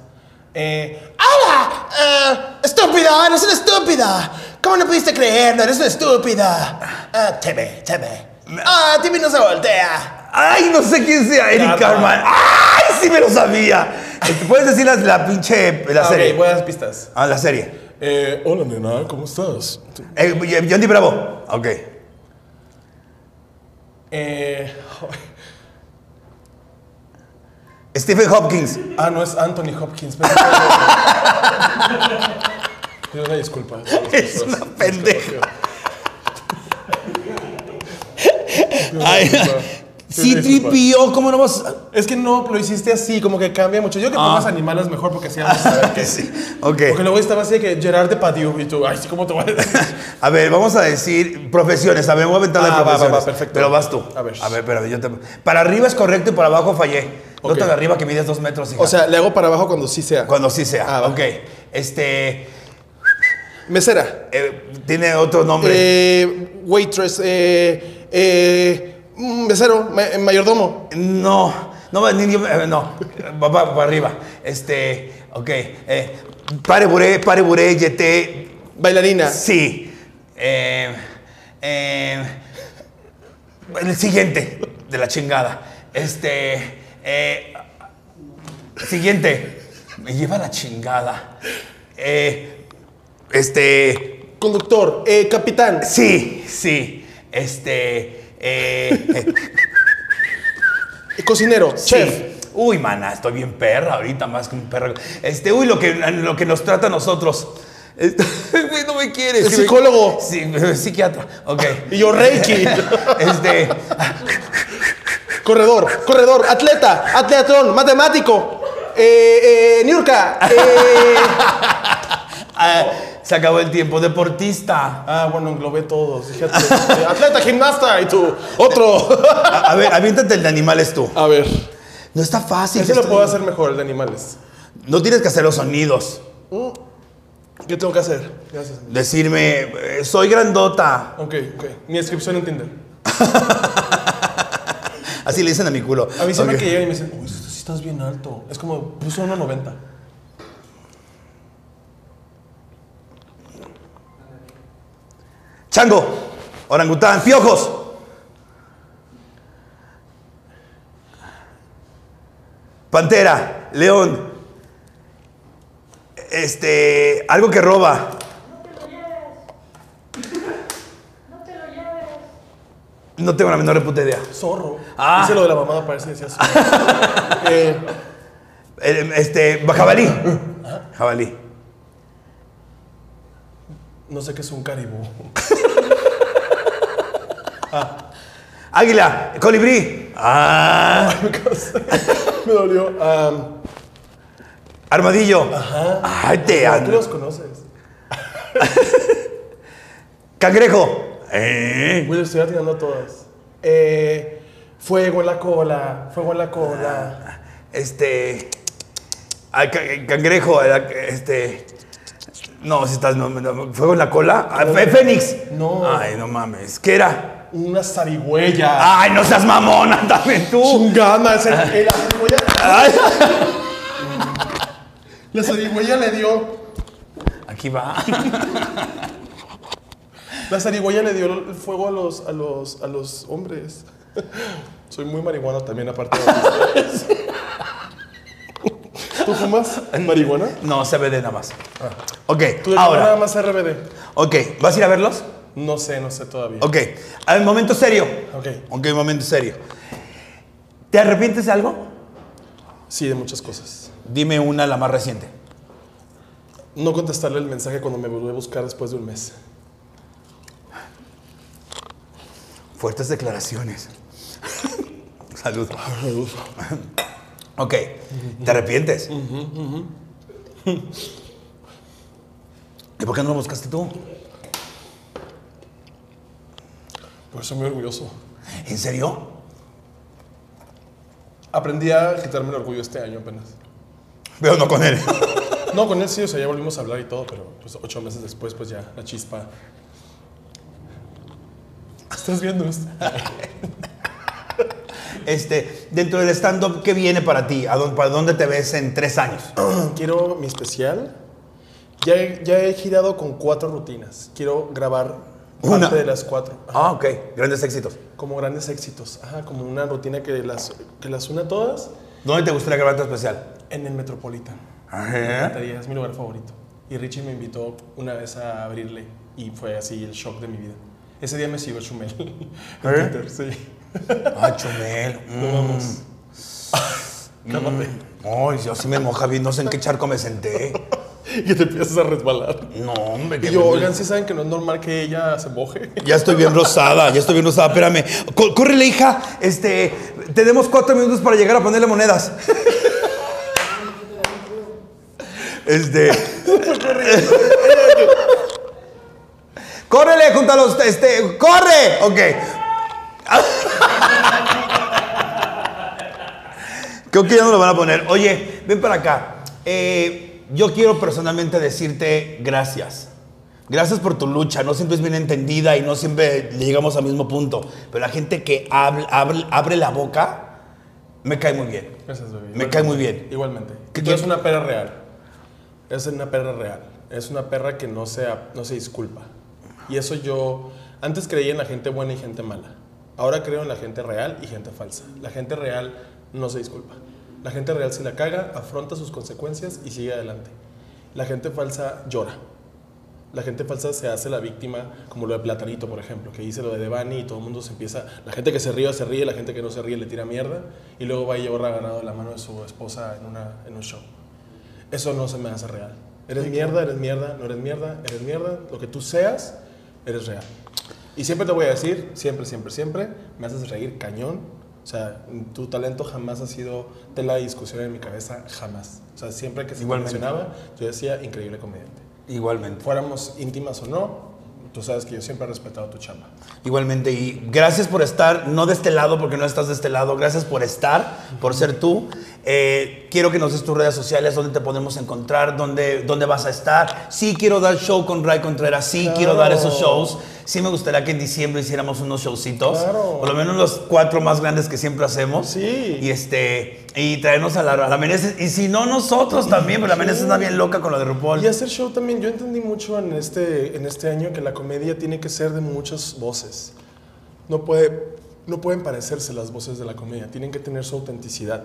S3: Eh,
S4: ¡Hola! Eh, ¡Estúpida! ¡Eres una estúpida! ¿Cómo no pudiste creerlo? ¡Eres una estúpida! Ah, te ve, te ve. ¡Ah, Timmy no se voltea!
S2: ¡Ay, no sé quién sea Eric
S3: Cartman.
S2: Carman! ¡Ay, sí me lo sabía! Este, ¿Puedes decir la, la pinche. la
S3: ah,
S2: serie?
S3: ok, buenas pistas.
S2: Ah, la serie.
S3: Eh, hola, nena, ¿cómo estás?
S2: Eh, Johnny Bravo. Ok.
S3: Eh,
S2: Stephen Hopkins.
S3: ah, no es Anthony Hopkins. pensé que era- Pido una disculpa.
S2: Es una pendeja.
S3: Pido una
S2: Ay,
S3: disculpa. Pido una disculpa.
S2: C-3PO, ¿cómo no vas? a-
S3: Es que no, lo hiciste así, como que cambia mucho. Yo que pongas animales mejor porque así vamos a saber qué es.
S2: Sí. Ok.
S3: Porque luego estaba así de que Gerard Depardieu y tú, ay, sí, ¿cómo te voy a decir?
S2: A ver, vamos a decir profesiones. A ver, voy a aventar
S3: Ah,
S2: la
S3: va, va,
S2: profesiones.
S3: va, perfecto.
S2: Pero vas tú.
S3: A ver.
S2: A ver, espérame, yo te... Para arriba es correcto y para abajo fallé. No
S3: Ok.
S2: tan arriba que mides dos metros, hija.
S3: O sea, le hago para abajo cuando sí sea.
S2: Cuando sí sea.
S3: Ah, va.
S2: ok. Este.
S3: Mesera,
S2: eh, tiene otro nombre.
S3: eh, waitress, eh, eh, mm, mesero, ma- mayordomo.
S2: No. No, va- ni- ni- eh, no. Va va- para arriba. Este. Ok. Eh, pare buré, pare buré, yeté.
S3: Bailarina.
S2: Sí. Eh, eh, el siguiente de la chingada. Este. eh, siguiente. Me lleva la chingada. Eh, este.
S3: Conductor, eh, capitán.
S2: Sí, sí. Este. eh, eh,
S3: eh, cocinero,
S2: sí.
S3: chef.
S2: Uy, mana, estoy bien perra ahorita, más que un perro. Este, uy, lo que, lo que nos trata a nosotros. Este, güey, no me quieres.
S3: El
S2: Sí, me-
S3: psicólogo.
S2: Sí, eh, psiquiatra. Ok.
S3: Y yo, Reiki.
S2: Este.
S3: corredor, corredor, atleta, atleatón, matemático. Eh, eh, Niurka. eh.
S2: ah, se acabó el tiempo. Deportista.
S3: Ah, bueno, englobé todos. Dije, atleta, atleta, gimnasta y tú, otro.
S2: A, a ver, aviéntate el de animales tú.
S3: A ver.
S2: No está fácil.
S3: Ese lo
S2: esto
S3: puedo
S2: no-
S3: hacer mejor, el de animales. Mm,
S2: No tienes que hacer los sonidos.
S3: ¿Qué tengo que hacer? Gracias.
S2: Decirme, eh, soy grandota.
S3: Ok, ok. Mi descripción en Tinder.
S2: Así le dicen a mi culo.
S3: A mí siempre
S2: Ok.
S3: que llegan y me dicen, uy, tú sí estás bien alto. Es como, puso 1.90.
S2: Chango, orangután, piojos. Pantera, león. Este, algo que roba. No tengo la menor puta idea.
S3: Zorro.
S2: Ah.
S3: Dice lo de la mamada, parece que decía zorro. Eh,
S2: Eh, Este, jabalí. Jabalí.
S3: no sé qué es un caribú.
S2: Águila, colibrí. Ah,
S3: me dolió. Am, ah,
S2: armadillo. Ay, te
S3: tú
S2: ando.
S3: los conoces.
S2: Cangrejo. Eh.
S3: Güey, le estoy atinando a todas. Eh, fuego en la cola, fuego en la cola.
S2: Este. al ca- cangrejo, a la- este. No, si estás. No, no, ¿Fuego en la cola? Ah, fue Fénix.
S3: No.
S2: Ay, no mames. ¿Qué era?
S3: una zarigüeya.
S2: Ay, no seas mamona también tú.
S3: Chingada, es el- el- la zarigüeya.
S2: Ay.
S3: La zarigüeya le dio.
S2: Aquí va.
S3: La zarigüeya le dio el fuego a los, a los, a los hombres. Soy muy marihuana también, aparte de ¿Tú fumas marihuana?
S2: No, CBD nada más. Ok,
S3: Ah. Tú eres nada
S2: ahora.
S3: más RBD.
S2: Ok, ¿vas a ir a verlos?
S3: No sé, no sé todavía.
S2: Ok. A ver, momento serio.
S3: Ok.
S2: Ok, momento serio. ¿Te arrepientes de algo?
S3: Sí, de muchas cosas.
S2: Dime una, la más reciente.
S3: No contestarle el mensaje cuando me volví a buscar después de un mes.
S2: Fuertes declaraciones. Ah, Salud. ok. ¿Te arrepientes? ¿Y por qué no lo buscaste tú?
S3: Por eso muy orgulloso.
S2: ¿En serio?
S3: Aprendí a quitarme el orgullo este año apenas.
S2: Pero no con él.
S3: No, con él sí, o sea, ya volvimos a hablar y todo, pero pues ocho meses después, pues ya, la chispa. ¿Estás viendo esto?
S2: Este, dentro del stand-up, ¿qué viene para ti? ¿A dónde, ¿Para dónde te ves en tres años?
S3: Quiero mi especial. Ya he, ya he girado con cuatro rutinas. Quiero grabar
S2: Una.
S3: parte de las cuatro. Ajá,
S2: Ah, ok. Grandes éxitos.
S3: Como grandes éxitos. Ajá, como una rutina que las, que las una todas
S2: ¿Dónde te gustaría grabar tu especial?
S3: en el Metropolitan.
S2: Ajá.
S3: Es mi lugar favorito. Y Richie me invitó una vez a abrirle y fue así el shock de mi vida. Ese día me siguió Chumel. En
S2: ¿Eh?
S3: Twitter, sí.
S2: Ah, Chumel. Mm.
S3: Vamos. Cámate.
S2: Ay, yo sí me moja bien. No sé en qué charco me senté.
S3: Y te empiezas a resbalar.
S2: No, hombre.
S3: Y
S2: qué
S3: yo,
S2: Mm. me-
S3: oigan, ¿sí saben que no es normal que ella se moje?
S2: Ya estoy bien rosada, ya estoy bien rosada. Espérame. Có- Córrele, hija. Este, tenemos cuatro minutos para llegar a ponerle monedas. Este. Córrele, júntalos. Este, corre. Ok. Creo que ya no lo van a poner. Oye, ven para acá. Eh, yo quiero personalmente decirte gracias. Gracias por tu lucha. No siempre es bien entendida y no siempre llegamos al mismo punto. Pero la gente que habl- habl- abre la boca me cae muy bien.
S3: Gracias, bebé.
S2: Me cae muy bien.
S3: Igualmente.
S2: ¿Qué
S3: Que tú eres
S2: tiene?
S3: una perra real. Es una perra real. Es una perra que no se, ap- no se disculpa. Y eso yo. Antes creía en la gente buena y gente mala. Ahora creo en la gente real y gente falsa. La gente real no se disculpa. La gente real si la caga, afronta sus consecuencias y sigue adelante. La gente falsa llora. La gente falsa se hace la víctima, como lo de Platanito, por ejemplo, que dice lo de Devani y todo el mundo se empieza. La gente que se ríe se ríe, la gente que no se ríe le tira mierda y luego va y lleva ganado de la mano de su esposa en, una, en un show. Eso no se me hace real. Eres mierda, eres mierda, no eres mierda, eres mierda. Lo que tú seas, eres real. Y siempre te voy a decir, siempre, siempre, siempre, me haces reír cañón. O sea, tu talento jamás ha sido tela de discusión en mi cabeza, jamás. O sea, siempre que se te
S2: Igualmente.
S3: mencionaba, yo decía increíble comediante
S2: Igualmente.
S3: fuéramos íntimas o no, tú sabes que yo siempre he respetado tu chamba.
S2: Igualmente, y gracias por estar, no de este lado porque no estás de este lado, gracias por estar, por ser tú. Eh, quiero que nos des tus redes sociales, dónde te podemos encontrar, dónde, dónde vas a estar. Sí quiero dar show con Ray Contreras, sí quiero dar esos shows. Sí me gustaría que en diciembre hiciéramos unos showcitos,
S3: Claro.
S2: por lo menos los cuatro más grandes que siempre hacemos.
S3: Sí.
S2: Y este y traernos a la, a la Meneses, y si no nosotros también, pero la Meneses está bien loca con lo de RuPaul.
S3: Y hacer show también, yo entendí mucho en este, en este año que la comedia tiene que ser de muchas voces. No, puede, no pueden parecerse las voces de la comedia, tienen que tener su autenticidad.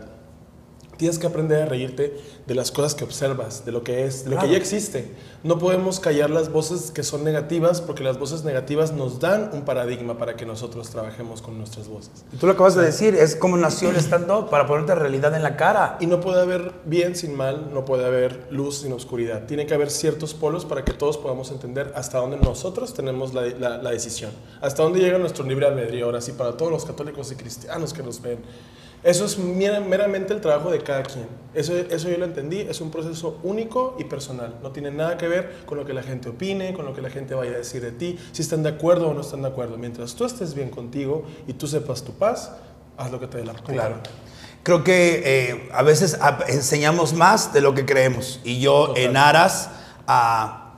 S3: Tienes que aprender a reírte de las cosas que observas, de lo que es, de lo
S2: Claro.
S3: que ya existe. No podemos callar las voces que son negativas porque las voces negativas nos dan un paradigma para que nosotros trabajemos con nuestras voces.
S2: Tú lo acabas de decir, es como nació el stand-up, para ponerte realidad en la cara.
S3: Y no puede haber bien sin mal, no puede haber luz sin oscuridad. Tiene que haber ciertos polos para que todos podamos entender hasta dónde nosotros tenemos la, la- la decisión, hasta dónde llega nuestro libre albedrío. Ahora sí, para todos los católicos y cristianos que nos ven, eso es mera- meramente el trabajo de cada quien. Eso, eso yo lo entendí, es un proceso único y personal. No tiene nada que ver con lo que la gente opine, con lo que la gente vaya a decir de ti, si están de acuerdo o no están de acuerdo. Mientras tú estés bien contigo y tú sepas tu paz, haz lo que te dé la
S2: Claro. Creo que eh, a veces ap- enseñamos más de lo que creemos. Y yo en aras a,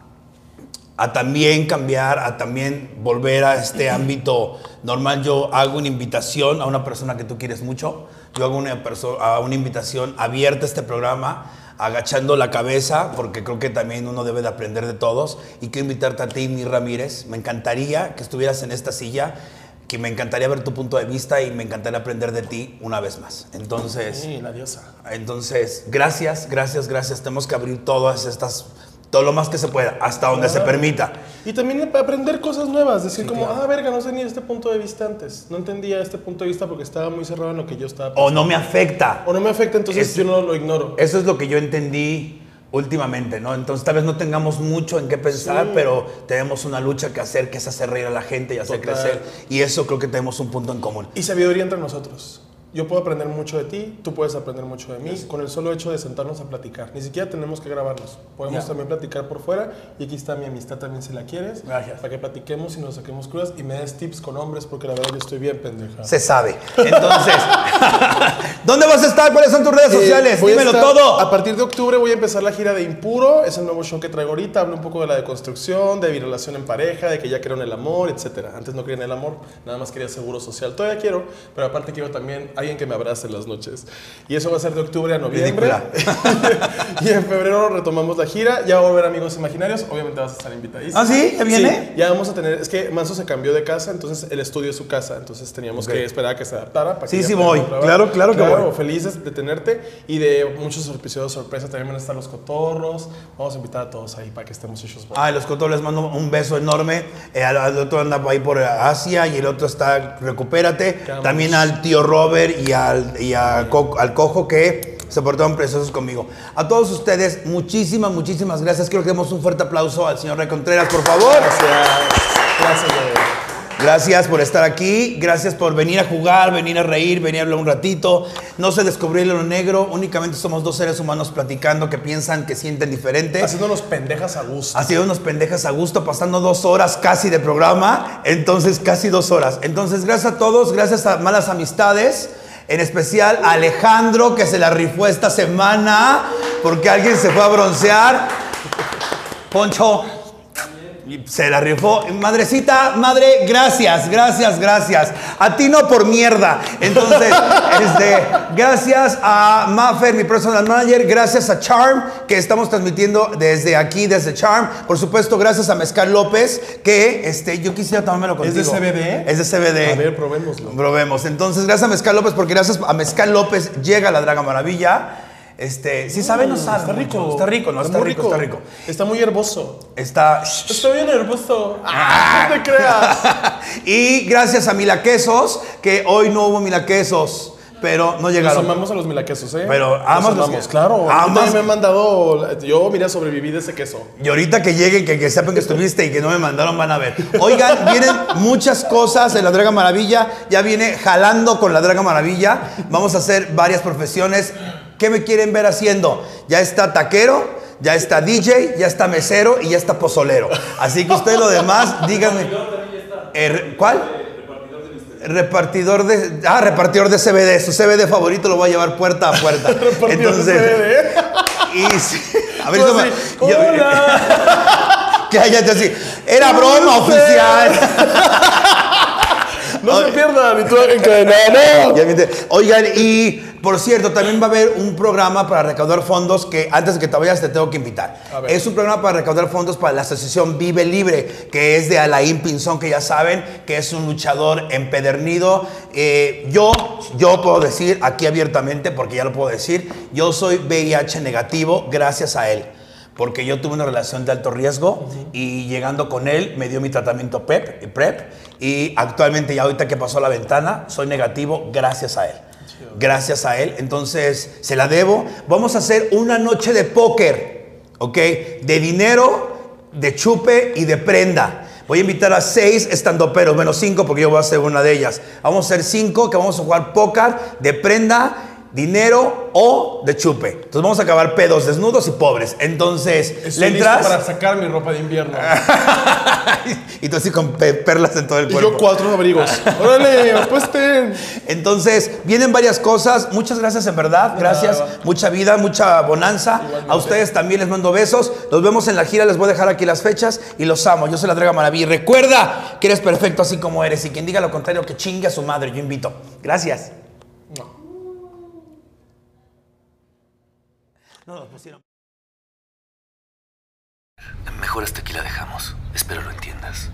S2: a también cambiar, a también volver a este ámbito normal. Yo hago una invitación a una persona que tú quieres mucho. Yo hago una, perso- a una invitación abierta a este programa, agachando la cabeza, porque creo que también uno debe de aprender de todos. Y quiero invitarte a ti, Mi Ramírez. Me encantaría que estuvieras en esta silla, que me encantaría ver tu punto de vista y me encantaría aprender de ti una vez más. Entonces...
S3: Sí, la diosa.
S2: Entonces, gracias, gracias, gracias. Tenemos que abrir todas estas, todo lo más que se pueda, hasta donde se permita.
S3: Y también ap- aprender cosas nuevas, decir como, ah, verga, no tenía este punto de vista antes. No entendía este punto de vista porque estaba muy cerrado en lo que yo estaba
S2: O no me afecta.
S3: O no me afecta, entonces
S2: Es-
S3: yo no lo ignoro.
S2: Eso es lo que yo entendí últimamente, ¿no? Entonces, tal vez no tengamos mucho en qué pensar, pero tenemos una lucha que hacer, que es hacer reír a la gente y hacer
S3: Total.
S2: crecer. Y eso creo que tenemos un punto en común.
S3: Y sabiduría entre nosotros. Yo puedo aprender mucho de ti, tú puedes aprender mucho de mí, con el solo hecho de sentarnos a platicar. Ni siquiera tenemos que grabarnos. Podemos
S2: Ya.
S3: también platicar por fuera. Y aquí está mi amistad también, si la quieres.
S2: Gracias.
S3: Para que platiquemos y nos saquemos crudas y me des tips con hombres, porque la verdad yo estoy bien pendeja.
S2: Se sabe. Entonces, ¿dónde vas a estar? ¿Cuáles son tus redes
S3: Eh,
S2: sociales?
S3: voy a
S2: Dímelo
S3: estar-
S2: todo.
S3: A partir de octubre voy a empezar la gira de Impuro, es el nuevo show que traigo ahorita. Hablo un poco de la deconstrucción, de mi relación en pareja, de que ya creo en el amor, etcétera. Antes no creía en el amor, nada más quería seguro social. Todavía quiero, pero aparte quiero también alguien que me abrace en las noches. Y eso va a ser de octubre a noviembre. y en febrero retomamos la gira. Ya va a volver Amigos Imaginarios, obviamente vas a estar invitadísimo.
S2: ¿Ah, sí? ¿Ya viene?
S3: ya vamos a tener. Es que Manso se cambió de casa, entonces el estudio es su casa, entonces teníamos que esperar a que se adaptara. Para
S2: Sí,
S3: que ya
S2: sí
S3: pudiéramos
S2: voy.
S3: grabar.
S2: Claro, claro que voy.
S3: Felices de tenerte y de muchos episodios sorpresa. También van a estar los cotorros. Vamos a invitar a todos ahí para que estemos hechos. bola.
S2: Ah, los cotos les mando un beso enorme. Eh, al, al otro anda por ahí por Asia y el otro está Recupérate.
S3: Vamos.
S2: También al tío Robert y al, y a Co- al Cojo que se portaron preciosos conmigo. A todos ustedes, muchísimas, muchísimas gracias. Quiero que demos un fuerte aplauso al señor Rey Contreras, por favor.
S3: Gracias. Gracias, Gabriel.
S2: Gracias por estar aquí, gracias por venir a jugar, venir a reír, venir a hablar un ratito. No se descubrió el hilo negro, únicamente somos dos seres humanos platicando que piensan, que sienten diferente.
S3: Haciéndonos pendejas a gusto.
S2: Ha sido unos pendejas a gusto, pasando dos horas casi de programa. Entonces, casi dos horas. Entonces, gracias a todos, gracias a Malas Amistades. En especial a Alejandro, que se la rifó esta semana porque alguien se fue a broncear. Poncho. y Se la rifó. Madrecita, madre, gracias, gracias, gracias. A ti no por mierda. Entonces, este, gracias a Maffer, mi personal manager. Gracias a Charm, que estamos transmitiendo desde aquí, desde Charm. Por supuesto, gracias a Mezcal López, que este, yo quisiera tomármelo
S3: ¿Es de
S2: contigo.
S3: CBD?
S2: Es de CBD.
S3: A ver, probémoslo.
S2: Probemos. Entonces, gracias a Mezcal López, porque gracias a Mezcal López llega la Draga Maravilla. Este, si sabe, no
S3: Mm,
S2: sabe.
S3: Está
S2: mucho.
S3: rico.
S2: Está rico, no, está,
S3: muy
S2: rico, está rico.
S3: Está muy hermoso.
S2: Está.
S3: Está bien hermoso. Ah, no te creas.
S2: y gracias a Milaquesos, que hoy no hubo Milaquesos, pero no
S3: Nos
S2: llegaron.
S3: amamos a los milaquesos, ¿eh?
S2: Pero amas
S3: Los
S2: los
S3: amamos,
S2: que-
S3: claro.
S2: amas-
S3: Yo también me han mandado. Yo, mira, sobreviví de ese queso.
S2: Y ahorita que lleguen, que, que sepan que estuviste y que no me mandaron, van a ver. Oigan, vienen muchas cosas en la Draga Maravilla. Ya viene jalando con la Draga Maravilla. Vamos a hacer varias profesiones. ¿Qué me quieren ver haciendo? Ya está taquero, ya está DJ, ya está mesero y ya está pozolero. Así que ustedes lo demás, díganme. Eh, re- ¿Cuál? Repartidor de. Ah, repartidor de CBD. Su CBD favorito lo voy a llevar puerta a puerta. Entonces. Y sí. A ver, toma. Yo-
S3: ¿eh? Hola.
S2: Cállate así. Era broma oficial.
S3: No se pierdan. Y tú encadenado.
S2: eh, Ya viste. Oigan, y por cierto, también va a haber un programa para recaudar fondos que antes de que te vayas te tengo que invitar.
S3: A ver.
S2: Es un programa para recaudar fondos para la asociación Vive Libre, que es de Alain Pinzón, que ya saben que es un luchador empedernido. Eh, yo, yo puedo decir aquí abiertamente, porque ya lo puedo decir, yo soy VIH negativo gracias a él. Porque yo tuve una relación de alto riesgo y llegando con él me dio mi tratamiento E PEP, y PrEP y actualmente ya ahorita que pasó la ventana soy negativo gracias a él. Gracias a él. Entonces se la debo. Vamos a hacer una noche de póker, ¿ok? De dinero, de chupe y de prenda. Voy a invitar a seis estandoperos, bueno, cinco porque yo voy a ser una de ellas. Vamos a ser cinco que vamos a jugar póker de prenda, dinero o de chupe. Entonces vamos a acabar pedos, desnudos y pobres. Entonces,
S3: Estoy
S2: le
S3: listo
S2: entras
S3: para sacar mi ropa de invierno.
S2: y tú así con pe- perlas en todo el
S3: y
S2: cuerpo.
S3: yo cuatro abrigos. Órale, pues apuesten.
S2: Entonces, vienen varias cosas. Muchas gracias, en verdad. Gracias. Mucha vida, mucha bonanza. A ustedes también les mando besos. Nos vemos en la gira. Les voy a dejar aquí las fechas y los amo. Yo soy la Draga Maraví. Y Recuerda que eres perfecto así como eres. Y quien diga lo contrario, que chingue a su madre. Yo invito. Gracias. No, nos pusieron.
S5: Mejor hasta aquí la dejamos. Espero lo entiendas.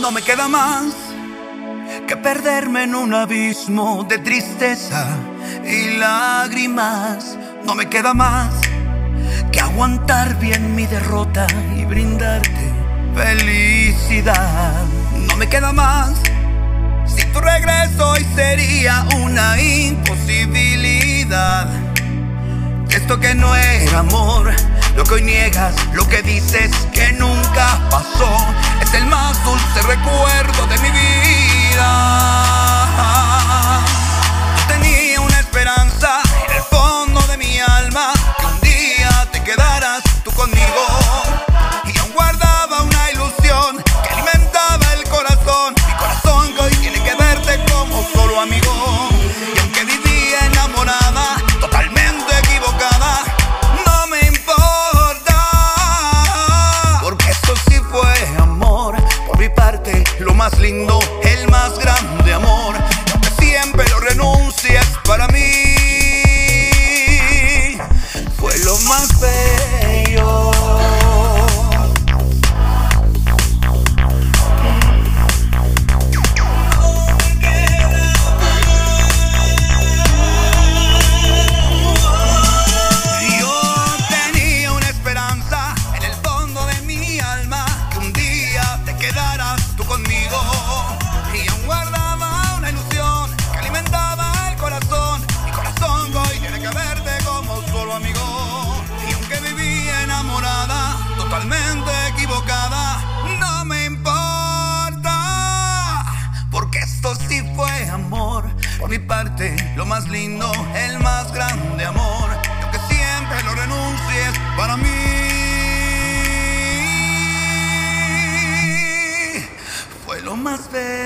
S1: No me queda más que perderme en un abismo de tristeza y lágrimas. No me queda más que aguantar bien mi derrota y brindarte felicidad. No me queda más. Si tu regreso hoy sería una imposibilidad. Esto que no era amor, lo que hoy niegas, lo que dices que nunca pasó, es el más dulce recuerdo de mi vida. Yo tenía una esperanza en el fondo de mi alma, que un día te quedaras tú conmigo. Y aún guardaba una ilusión que alimentaba el corazón, mi corazón que hoy tiene que verte como solo amigo. Y aunque vivía enamorada, totalmente equivocada, no me importa. Porque esto sí fue amor, por mi parte, lo más lindo, el más grande amor. Y aunque siempre lo renuncies para mí, fue lo más bello. Yo tenía una esperanza en el fondo de mi alma que un día te quedaras tú conmigo. Y aún guardaba una ilusión que alimentaba el corazón. Mi corazón hoy tiene que verte como solo amigo. Y aunque vivía enamorada, totalmente equivocada, no me importa porque esto sí fue amor. Por mi parte, lo más lindo, el más grande amor. Y aunque siempre lo renuncies para mí. Fue lo más bello.